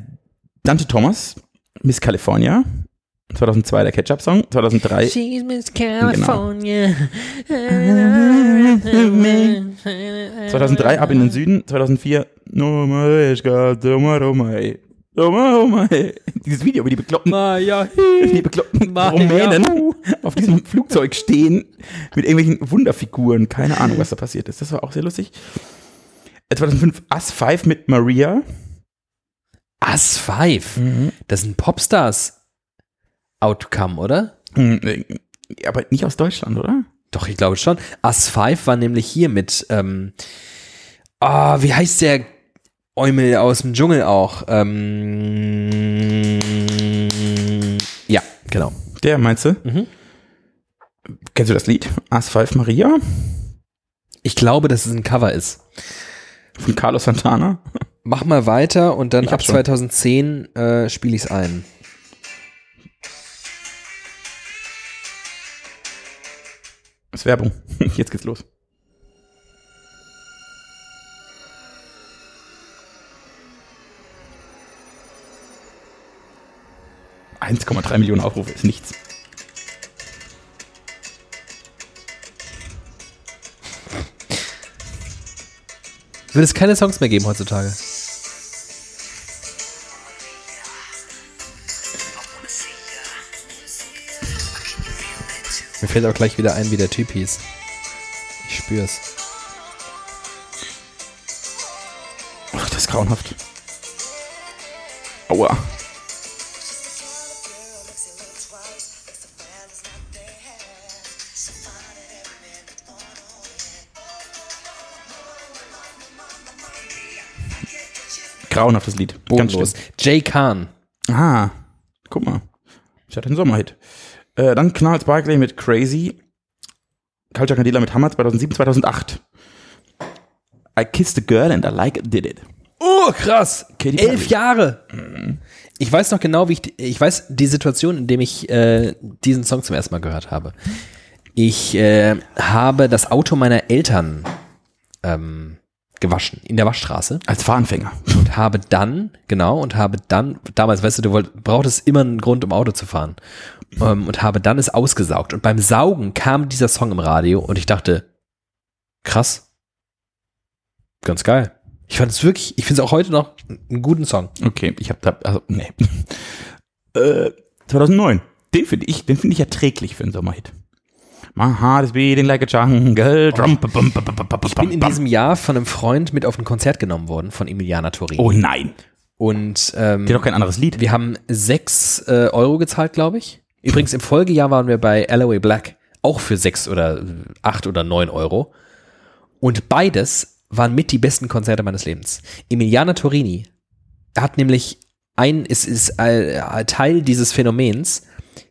S1: Dante Thomas, Miss California. 2002 der Ketchup-Song. genau. 2003
S5: She's Miss California.
S1: 2003 ab in den Süden, 2004 No Mariska, Doma Romay. Doma Romay. oh Dieses Video, wie die bekloppten,
S3: Maja.
S1: die bekloppten
S3: Maya.
S1: Rumänen auf diesem Flugzeug stehen mit irgendwelchen Wunderfiguren. Keine Ahnung, was da passiert ist. Das war auch sehr lustig. Äh, 2005 Us 5 mit Maria.
S3: Us 5.
S1: Mhm.
S3: Das sind Popstars. Outcome, oder?
S1: Hm, äh, Aber nicht aus Deutschland, oder?
S3: Doch, ich glaube schon. Us 5 war nämlich hier mit, ähm, ah, wie heißt der Eumel aus dem Dschungel auch? Ähm, ja, genau.
S1: Der meinst du?
S3: Mhm.
S1: Kennst du das Lied? Us 5 Maria
S3: Ich glaube, dass es ein Cover ist.
S1: von Carlos Santana.
S2: Mach mal weiter und dann
S1: Ich
S2: ab
S1: hab schon.
S2: 2010 äh, spiele ich es ein.
S1: Das ist Werbung. Jetzt geht's los. ...1,3 Millionen Aufrufe ist nichts.
S3: Würde es keine Songs mehr geben heutzutage.
S2: Mir fällt auch gleich wieder ein, wie der Typ hieß. Ich spür's.
S1: Ach, das ist grauenhaft. Aua. Grauenhaftes Lied.
S3: Bodenlos. Jay Khan.
S1: schlimm. Ah, guck mal. Ich hatte einen Sommerhit. Äh, dann Knarls Barkley mit Crazy. Culture Candela mit Hammer 2007, 2008. I kissed a girl and I like it, did it.
S3: Oh, krass.
S1: Katy Perry.
S3: Elf Jahre.
S2: Ich weiß noch genau, wie ich. die- Ich weiß die Situation, in dem ich äh, diesen Song zum ersten Mal gehört habe. Ich äh, habe das Auto meiner Eltern ähm, gewaschen in der Waschstraße
S1: Als Fahranfänger.
S2: und habe dann, genau, und habe dann, damals, weißt du, du wollt, brauchtest immer einen Grund, um Auto zu fahren. Ähm, und habe dann es ausgesaugt. Und beim Saugen kam dieser Song im Radio und ich dachte, krass, ganz geil. Ich fand es wirklich, ich finde es auch heute noch einen guten Song.
S1: Okay, ich habe da, also, nee. äh, 2009. Den finde ich, den finde ich erträglich für einen Sommerhit. My heart is beating like a jungle. Drum, ba, bum, ba, ba, ba, ba,
S2: Oh, Ich bin in
S1: bam.
S2: diesem Jahr von einem Freund mit auf ein Konzert genommen worden von Emiliana Turin.
S1: oh nein,
S2: Und ähm,
S1: die hat doch kein anderes Lied.
S2: wir haben 6 äh, Euro gezahlt, glaube ich. Übrigens, im Folgejahr waren wir bei Alloway Black auch für 6 oder 8 oder 9 Euro. Und beides waren mit die besten Konzerte meines Lebens. Emiliana Torini hat nämlich ein, es ist äh, Teil dieses Phänomens.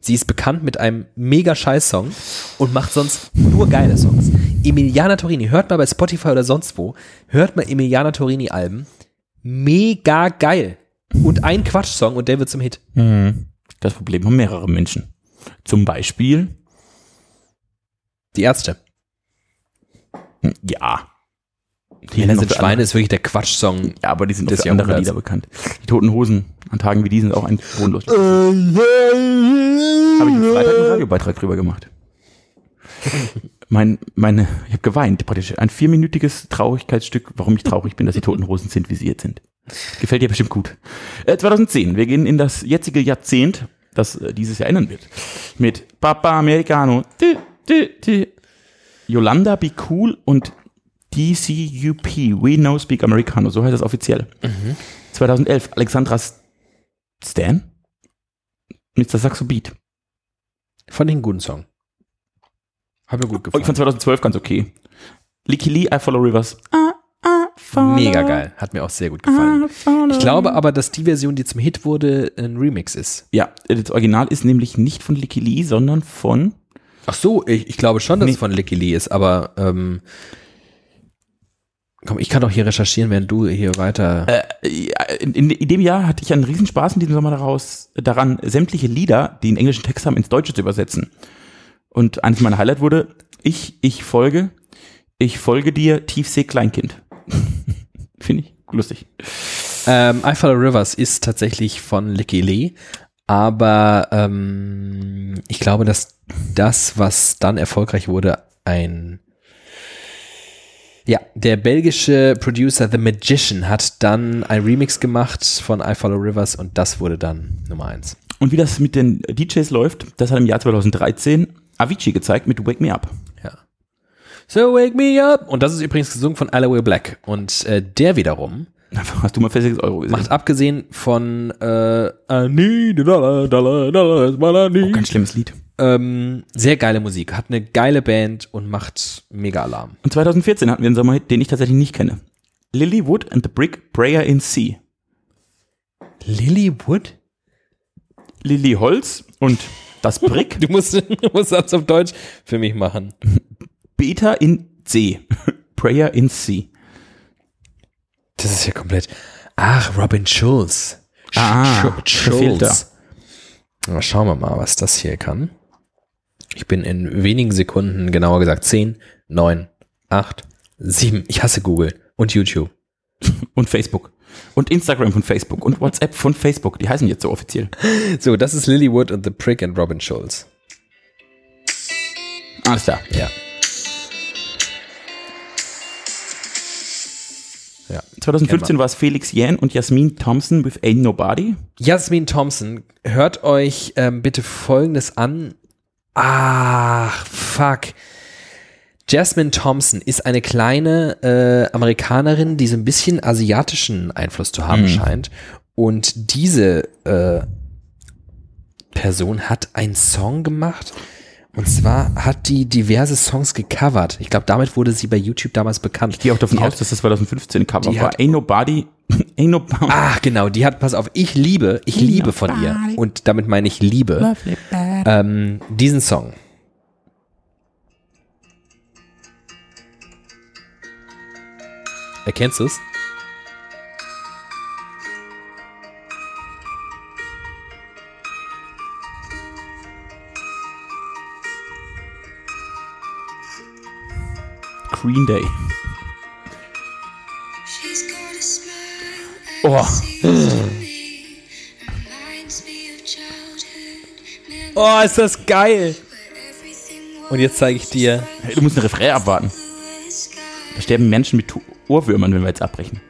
S2: Sie ist bekannt mit einem mega Scheiß-Song und macht sonst nur geile Songs. Emiliana Torini, hört mal bei Spotify oder sonst wo, hört mal Emiliana Torini-Alben. Mega geil. Und ein Quatsch-Song und der wird zum Hit.
S1: Das Problem haben mehrere Menschen. Zum Beispiel,
S2: Die Ärzte.
S1: hm, ja. Die
S2: Männer
S1: auf
S2: sind
S1: der
S2: Schweine ist wirklich der Quatsch-Song.
S1: Ja, aber die sind
S2: des
S1: auch für andere
S2: Jahrhunderts.
S1: Lieder bekannt. Die Toten Hosen an Tagen wie diesen ist auch ein grundlos. Habe ich am Freitag einen Radiobeitrag drüber gemacht. Mein, meine, ich habe geweint praktisch. Ein vierminütiges Traurigkeitsstück, warum ich traurig bin, dass die Toten Hosen sind, wie sie jetzt sind. Gefällt dir bestimmt gut. Äh, 2010, wir gehen in das jetzige Jahrzehnt, das äh, dieses Jahr ändern wird, mit Papa Americano, di, di, di. Yolanda Be Cool und DCUP, We No Speak Americano, so heißt das offiziell. 2011, Alexandra S- Stan? Mr. Saxo Beat.
S2: Fand ich einen guten Song. Hat mir
S1: Oh,
S2: gut
S1: ich
S2: gefallen.
S1: fand 2012 ganz okay. Licky Lee, I Follow Rivers. Ah, ah, follow,
S2: Mega geil. Hat mir auch sehr gut gefallen.
S1: ah, follow.
S2: Ich glaube aber, dass die Version, die zum Hit wurde, ein Remix ist.
S1: Ja, das Original ist nämlich nicht von Licky Lee, sondern von.
S2: Ach so, ich, ich glaube schon, dass
S1: Nee.
S2: es von Licky Lee ist, aber ähm, komm, ich kann doch hier recherchieren, während du hier weiter.
S1: Äh, in, in, in dem Jahr hatte ich einen Riesenspaß in diesem Sommer daraus, daran, sämtliche Lieder, die einen englischen Text haben, ins Deutsche zu übersetzen. Und eines meiner Highlight wurde, ich, ich folge, ich folge dir, Tiefsee Kleinkind. Finde ich lustig.
S2: Ähm, I Follow Rivers ist tatsächlich von Licky Lee, aber ähm, ich glaube, dass das, was dann erfolgreich wurde, ein ja, der belgische Producer The Magician hat dann ein Remix gemacht von I Follow Rivers und das wurde dann Nummer eins.
S1: Und wie das mit den DJs läuft, das hat im Jahr 2013 Avicii gezeigt mit Wake Me Up.
S2: Ja. So wake me up. Und das ist übrigens gesungen von Alloway Black. Und äh, der wiederum
S1: Hast du mal für 6 Euro gesehen?
S2: macht abgesehen von äh, I need a dollar, dollar, dollar is what I need.
S1: Ganz schlimmes Lied.
S2: Ähm, sehr geile Musik, hat eine geile Band und macht mega Alarm.
S1: Und 2014 hatten wir einen Sommerhit, den ich tatsächlich nicht kenne. Lily Wood and the Brick Prayer in Sea.
S2: Lily Wood?
S1: Lily Holz und das Brick
S2: Du musst, du musst das auf Deutsch für mich machen.
S1: Beta in C. Prayer in C.
S2: Das ist ja komplett. Ach, Robin Schulz. Sch-
S1: Ah,
S2: Sch-
S1: der fehlt
S2: Na, schauen wir mal, was das hier kann. Ich bin in wenigen Sekunden, genauer gesagt 10, 9, 8, 7. Ich hasse Google und YouTube.
S1: Und Facebook. Und Instagram von Facebook. Und WhatsApp von Facebook. Die heißen jetzt so offiziell.
S2: So, das ist Lily Wood und The Prick and Robin Schulz.
S1: Alles klar.
S2: Ja. Ja.
S1: 2015 war es Felix Jähn und Jasmin Thompson with Ain't Nobody.
S2: Jasmin Thompson, hört euch ähm, bitte Folgendes an. Ach, fuck. Jasmine Thompson ist eine kleine äh, Amerikanerin, die so ein bisschen asiatischen Einfluss zu
S1: Mhm.
S2: haben scheint. Und diese äh, Person hat einen Song gemacht. Und zwar hat die diverse Songs gecovert. Ich glaube, damit wurde sie bei YouTube damals bekannt. Ich
S1: Gehe auch davon aus, dass das 2015 Cover
S2: die
S1: war.
S2: hat-
S1: Ain't Nobody. Ain't Nobody.
S2: Ach, genau, die hat, pass auf, ich liebe, ich liebe von ihr. Und damit meine ich Liebe. Ähm, diesen Song. Erkennst du es?
S1: Green Day.
S6: She's got a smile
S1: Oh.
S6: oh. Reminds me of childhood memories
S2: Oh, ist das geil!
S6: where everything
S2: Und jetzt zeige ich dir.
S1: Hey, du musst ein Refrain abwarten.
S6: blue as sky.
S1: Da sterben Menschen mit Tu- Ohrwürmern, wenn wir jetzt abbrechen.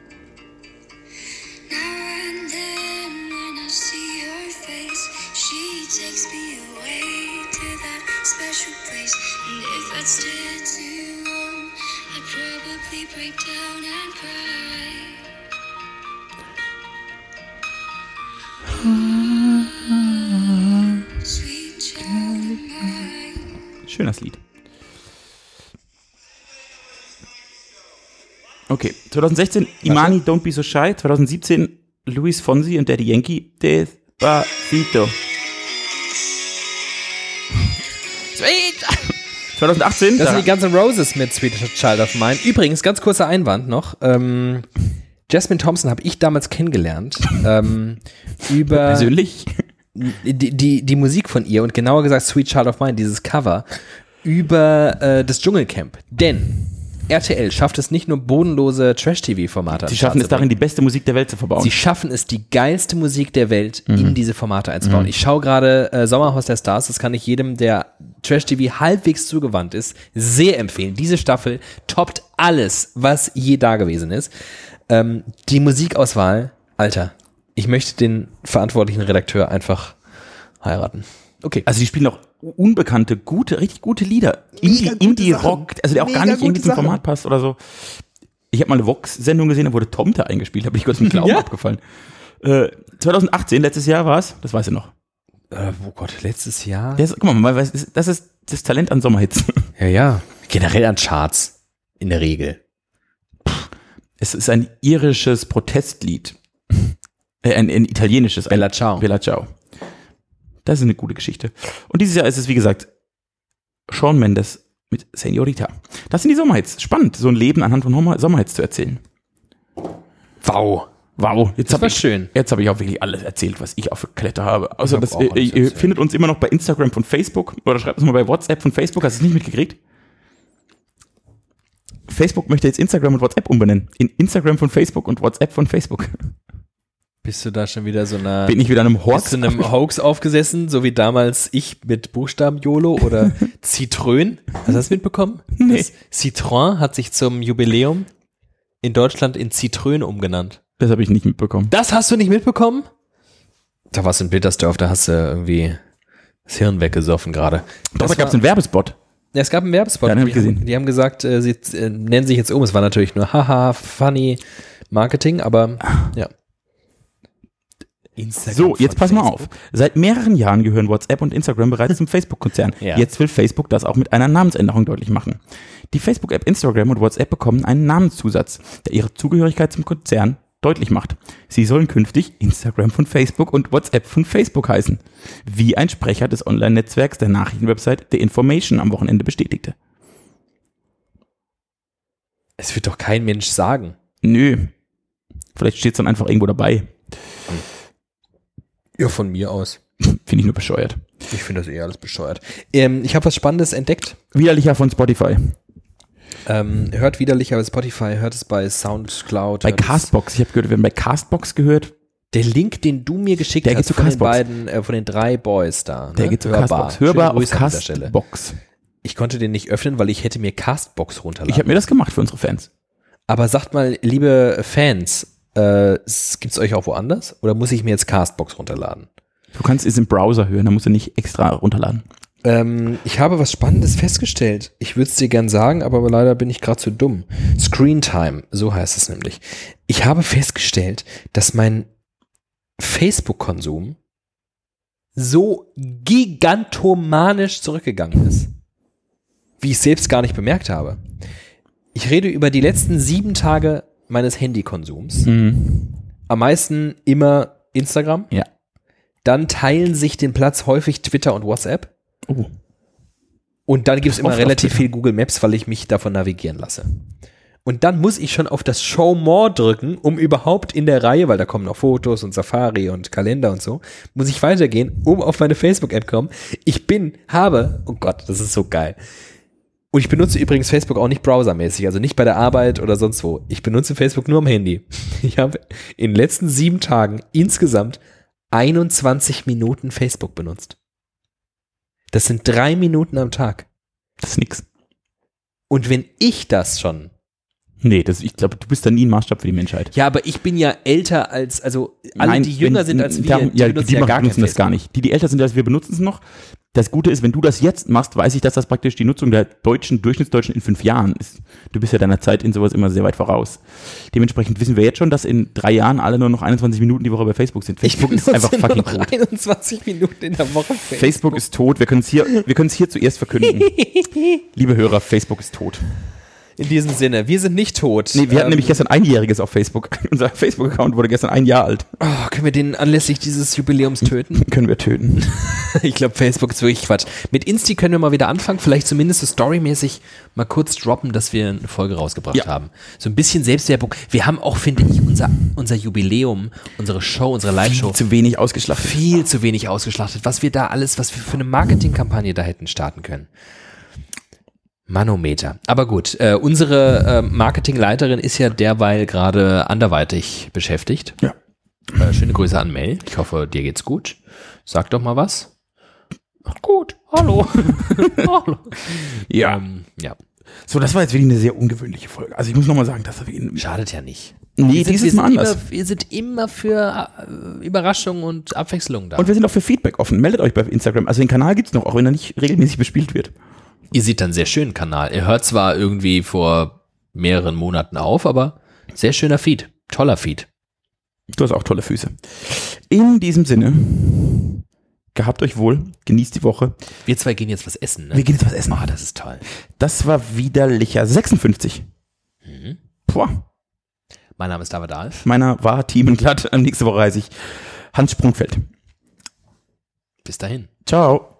S6: Now and then when I see her face, takes me away to that special place. And if I stare too long, I'd probably break down and cry. Sweet child of mine.
S1: Schön das Lied. Okay, 2016 Imani Don't Be So Shy, 2017 Luis Fonsi und Daddy Yankee Despacito. 2018
S2: Das
S1: da-
S2: sind die ganzen Roses mit Sweet Child of Mine. Übrigens, ganz kurzer Einwand noch. Ähm, Jasmine Thompson habe ich damals kennengelernt. ähm, über
S1: persönlich
S2: die, die, die Musik von ihr und genauer gesagt Sweet Child of Mine, dieses Cover, über äh, das Dschungelcamp. Denn RTL schafft es nicht nur bodenlose Trash-TV-Formate. an
S1: Sie
S2: den
S1: schaffen
S2: Start
S1: es
S2: zu bringen.
S1: darin, die beste Musik der Welt zu verbauen.
S2: Sie schaffen es, die geilste Musik der Welt in diese Formate einzubauen. Ich schaue gerade äh, Sommerhaus der Stars, das kann ich jedem, der Trash-TV halbwegs zugewandt ist, sehr empfehlen. Diese Staffel toppt alles, was je da gewesen ist. Ähm, die Musikauswahl, Alter, ich möchte den verantwortlichen Redakteur einfach heiraten. Okay.
S1: also die spielen auch unbekannte, gute, richtig gute Lieder. Indie-
S7: gute
S1: Indie-Rock,
S7: Sachen.
S1: also der auch gar
S7: Mega
S1: nicht
S7: gute
S1: irgendwie zum
S7: Sachen.
S1: Format passt oder so. Ich habe mal eine Vox-Sendung gesehen, da wurde Tomte eingespielt, da bin ich kurz mit dem Glauben
S2: Ja.
S1: abgefallen. Äh, 2018, letztes Jahr war es, das weiß ich noch.
S2: Äh, oh Gott, letztes Jahr?
S1: Das, guck mal, man weiß, das ist- das ist das Talent an Sommerhits.
S2: Ja, ja. Generell an Charts. In der Regel.
S1: Es ist ein irisches Protestlied. Äh, ein, ein italienisches. Ein
S2: Bella Ciao.
S1: Bella Ciao. Das ist eine gute Geschichte. Und dieses Jahr ist es, wie gesagt, Sean Mendes mit Senorita. Das sind die Sommerhits. Spannend, so ein Leben anhand von Homer- Sommerhits zu erzählen.
S2: Wow.
S1: Wow, jetzt
S2: Das
S1: habe
S2: war
S1: ich,
S2: schön.
S1: jetzt hab ich auch wirklich alles erzählt, was ich auch für Klette habe. Außer,
S2: hab
S1: dass
S2: auch
S1: ihr,
S2: alles
S1: ihr
S2: erzählt.
S1: findet uns immer noch bei Instagram von Facebook oder schreibt uns mal bei WhatsApp von Facebook. Hast du es nicht mitgekriegt? Facebook möchte jetzt Instagram und WhatsApp umbenennen. In Instagram von Facebook und WhatsApp von Facebook.
S2: Bist du da schon wieder so nah?
S1: Bin ich wieder in einem
S2: Bist
S1: Horst?
S2: du einem Hoax aufgesessen, so wie damals ich mit Buchstaben YOLO oder Zitrön? Hast du das mitbekommen?
S1: Nee.
S2: Das Citroën hat sich zum Jubiläum in Deutschland in Zitrön umgenannt.
S1: Das habe ich nicht mitbekommen.
S2: Das hast du nicht mitbekommen? Da warst du in Bittersdorf, da hast du irgendwie das Hirn weggesoffen gerade.
S1: Doch, da
S2: Das
S1: gab es
S2: war-
S1: einen Werbespot.
S2: Ja, es gab einen Werbespot.
S1: Ja, den hab ich
S2: Die haben-
S1: gesehen.
S2: Die haben gesagt, äh, sie äh, nennen sich jetzt um. Es war natürlich nur haha, funny Marketing, aber ja. Instagram
S1: Ah. So, jetzt
S2: von
S1: pass mal
S2: Facebook.
S1: auf. Seit mehreren Jahren gehören WhatsApp und Instagram bereits zum Facebook-Konzern.
S2: Ja.
S1: Jetzt will Facebook das auch mit einer Namensänderung deutlich machen. Die Facebook-App Instagram und WhatsApp bekommen einen Namenszusatz, der ihre Zugehörigkeit zum Konzern deutlich macht. Sie sollen künftig Instagram von Facebook und WhatsApp von Facebook heißen, wie ein Sprecher des Online-Netzwerks der Nachrichtenwebsite The Information am Wochenende bestätigte.
S2: Es wird doch kein Mensch sagen.
S1: Nö. Vielleicht steht es dann einfach irgendwo dabei.
S2: Ja, von mir aus.
S1: Finde ich nur bescheuert.
S2: Ich finde das eh alles bescheuert. Ähm, ich habe was Spannendes entdeckt.
S1: Widerlicher von Spotify.
S2: Ähm, hört widerlicher bei Spotify, hört es bei Soundcloud.
S1: Bei
S2: hört es-
S1: Castbox. Ich habe gehört, wir haben bei Castbox gehört.
S2: Der Link, den du mir geschickt
S1: Der geht
S2: hast,
S1: zu
S2: von den
S1: Castbox.
S2: beiden, äh, von den drei Boys da. Ne?
S1: Der geht zu Castbox.
S2: Schöne
S1: Hörbar auf
S2: Grüße an dieser Stelle.
S1: Castbox.
S2: Ich konnte den nicht öffnen, weil ich hätte mir Castbox
S1: Ich
S2: runterladen.
S1: habe mir das gemacht für unsere Fans.
S2: Aber sagt mal, liebe Fans, äh, es- gibt's euch auch woanders? Oder muss ich mir jetzt Castbox runterladen?
S1: Du kannst es im Browser hören, da musst du nicht extra runterladen.
S2: Ähm, ich habe was Spannendes festgestellt. Ich würde es dir gern sagen, aber leider bin ich gerade zu dumm. Screen Time, so heißt es nämlich. Ich habe festgestellt, dass mein Facebook-Konsum so gigantomanisch zurückgegangen ist, wie ich selbst gar nicht bemerkt habe. Ich rede über die letzten sieben Tage meines
S1: Hm.
S2: Handykonsums. Am meisten immer Instagram.
S1: Ja.
S2: Dann teilen sich den Platz häufig Twitter und WhatsApp.
S1: Oh.
S2: Und dann gibt es immer
S1: Oft auf
S2: relativ
S1: Twitter.
S2: viel Google Maps, weil ich mich davon navigieren lasse. Und dann muss ich schon auf das Show More drücken, um überhaupt in der Reihe, weil da kommen noch Fotos und Safari und Kalender und so, muss ich weitergehen, um auf meine Facebook-App kommen. Ich bin, habe, oh Gott, das ist so geil. Und ich benutze übrigens Facebook auch nicht browsermäßig, also nicht bei der Arbeit oder sonst wo. Ich benutze Facebook nur am Handy. Ich habe in den letzten sieben Tagen insgesamt 21 Minuten Facebook benutzt. Das sind drei Minuten am Tag.
S1: Das ist nix.
S2: Und wenn ich das schon
S1: Nee, das, ich glaube, du bist dann nie ein Maßstab für die Menschheit.
S3: Ja, aber ich bin ja älter als, also alle,
S1: Nein,
S3: die jünger
S1: wenn-
S3: sind als wir,
S1: darum- ja, die,
S3: ja
S1: machen-
S3: kein
S1: benutzen das
S3: Facebook.
S1: gar nicht. Die, die älter sind als wir, benutzen es noch. Das Gute ist, wenn du das jetzt machst, weiß ich, dass das praktisch die Nutzung der deutschen, Durchschnittsdeutschen in fünf Jahren ist. Du bist ja deiner Zeit in sowas immer sehr weit voraus. Dementsprechend wissen wir jetzt schon, dass in drei Jahren alle nur noch 21 Minuten die Woche bei Facebook sind. Facebook ist einfach
S2: benutze
S1: fucking
S2: nur noch
S1: tot.
S2: 21 Minuten in der Woche.
S1: Facebook ist tot. Wir können es hier, wir können es hier zuerst verkünden. Liebe Hörer, Facebook ist tot.
S2: In diesem Sinne, wir sind nicht tot.
S1: Nee, wir hatten
S2: Ähm,
S1: nämlich gestern einjähriges auf Facebook. Unser Facebook-Account wurde gestern ein Jahr alt.
S2: oh, können wir den anlässlich dieses Jubiläums töten?
S1: Können wir töten.
S2: ich glaube, Facebook ist wirklich Quatsch. Mit Insti können wir mal wieder anfangen, vielleicht zumindest so storymäßig mal kurz droppen, dass wir eine Folge rausgebracht
S1: Ja.
S2: haben. So ein bisschen Selbstwerbung. Wir haben auch, finde ich, unser, unser Jubiläum, unsere Show, unsere Live-Show
S1: Zu wenig ausgeschlachtet.
S2: viel zu wenig ausgeschlachtet, was wir da alles, was wir für eine Marketingkampagne da hätten starten können. Manometer. Aber gut, äh, unsere äh, Marketingleiterin ist ja derweil gerade anderweitig beschäftigt.
S1: Ja.
S2: Äh, schöne Grüße an Mel. Ich hoffe, dir geht's gut. Sag doch mal was. Gut, hallo. hallo.
S1: Ja.
S2: Ähm, ja,
S1: So, das war jetzt wirklich eine sehr ungewöhnliche Folge. Also ich muss nochmal sagen, dass das wirklich
S2: schadet ja nicht.
S1: Nee,
S2: Wir sind, wir
S1: dieses
S2: sind,
S1: Mal anders.
S2: immer, wir sind immer für äh, Überraschungen und Abwechslung da.
S1: Und wir sind auch für Feedback offen. Meldet euch bei Instagram. Also den Kanal gibt's noch, auch wenn er nicht regelmäßig bespielt wird.
S2: Ihr seht dann sehr schönen Kanal. Ihr hört zwar irgendwie vor mehreren Monaten auf, aber sehr schöner Feed. Toller Feed.
S1: Du hast auch tolle Füße. In diesem Sinne, gehabt euch wohl, genießt die Woche.
S2: Wir zwei gehen jetzt was essen,
S1: Wir
S2: ne?
S1: gehen jetzt was essen.
S2: Ah, das ist toll.
S1: Das war widerlicher. 56. Boah,
S2: Mein Name ist David Alf.
S1: meiner war Team in Glatt. Nächste Woche reise ich. Hans Sprungfeld.
S2: Bis dahin.
S1: Ciao.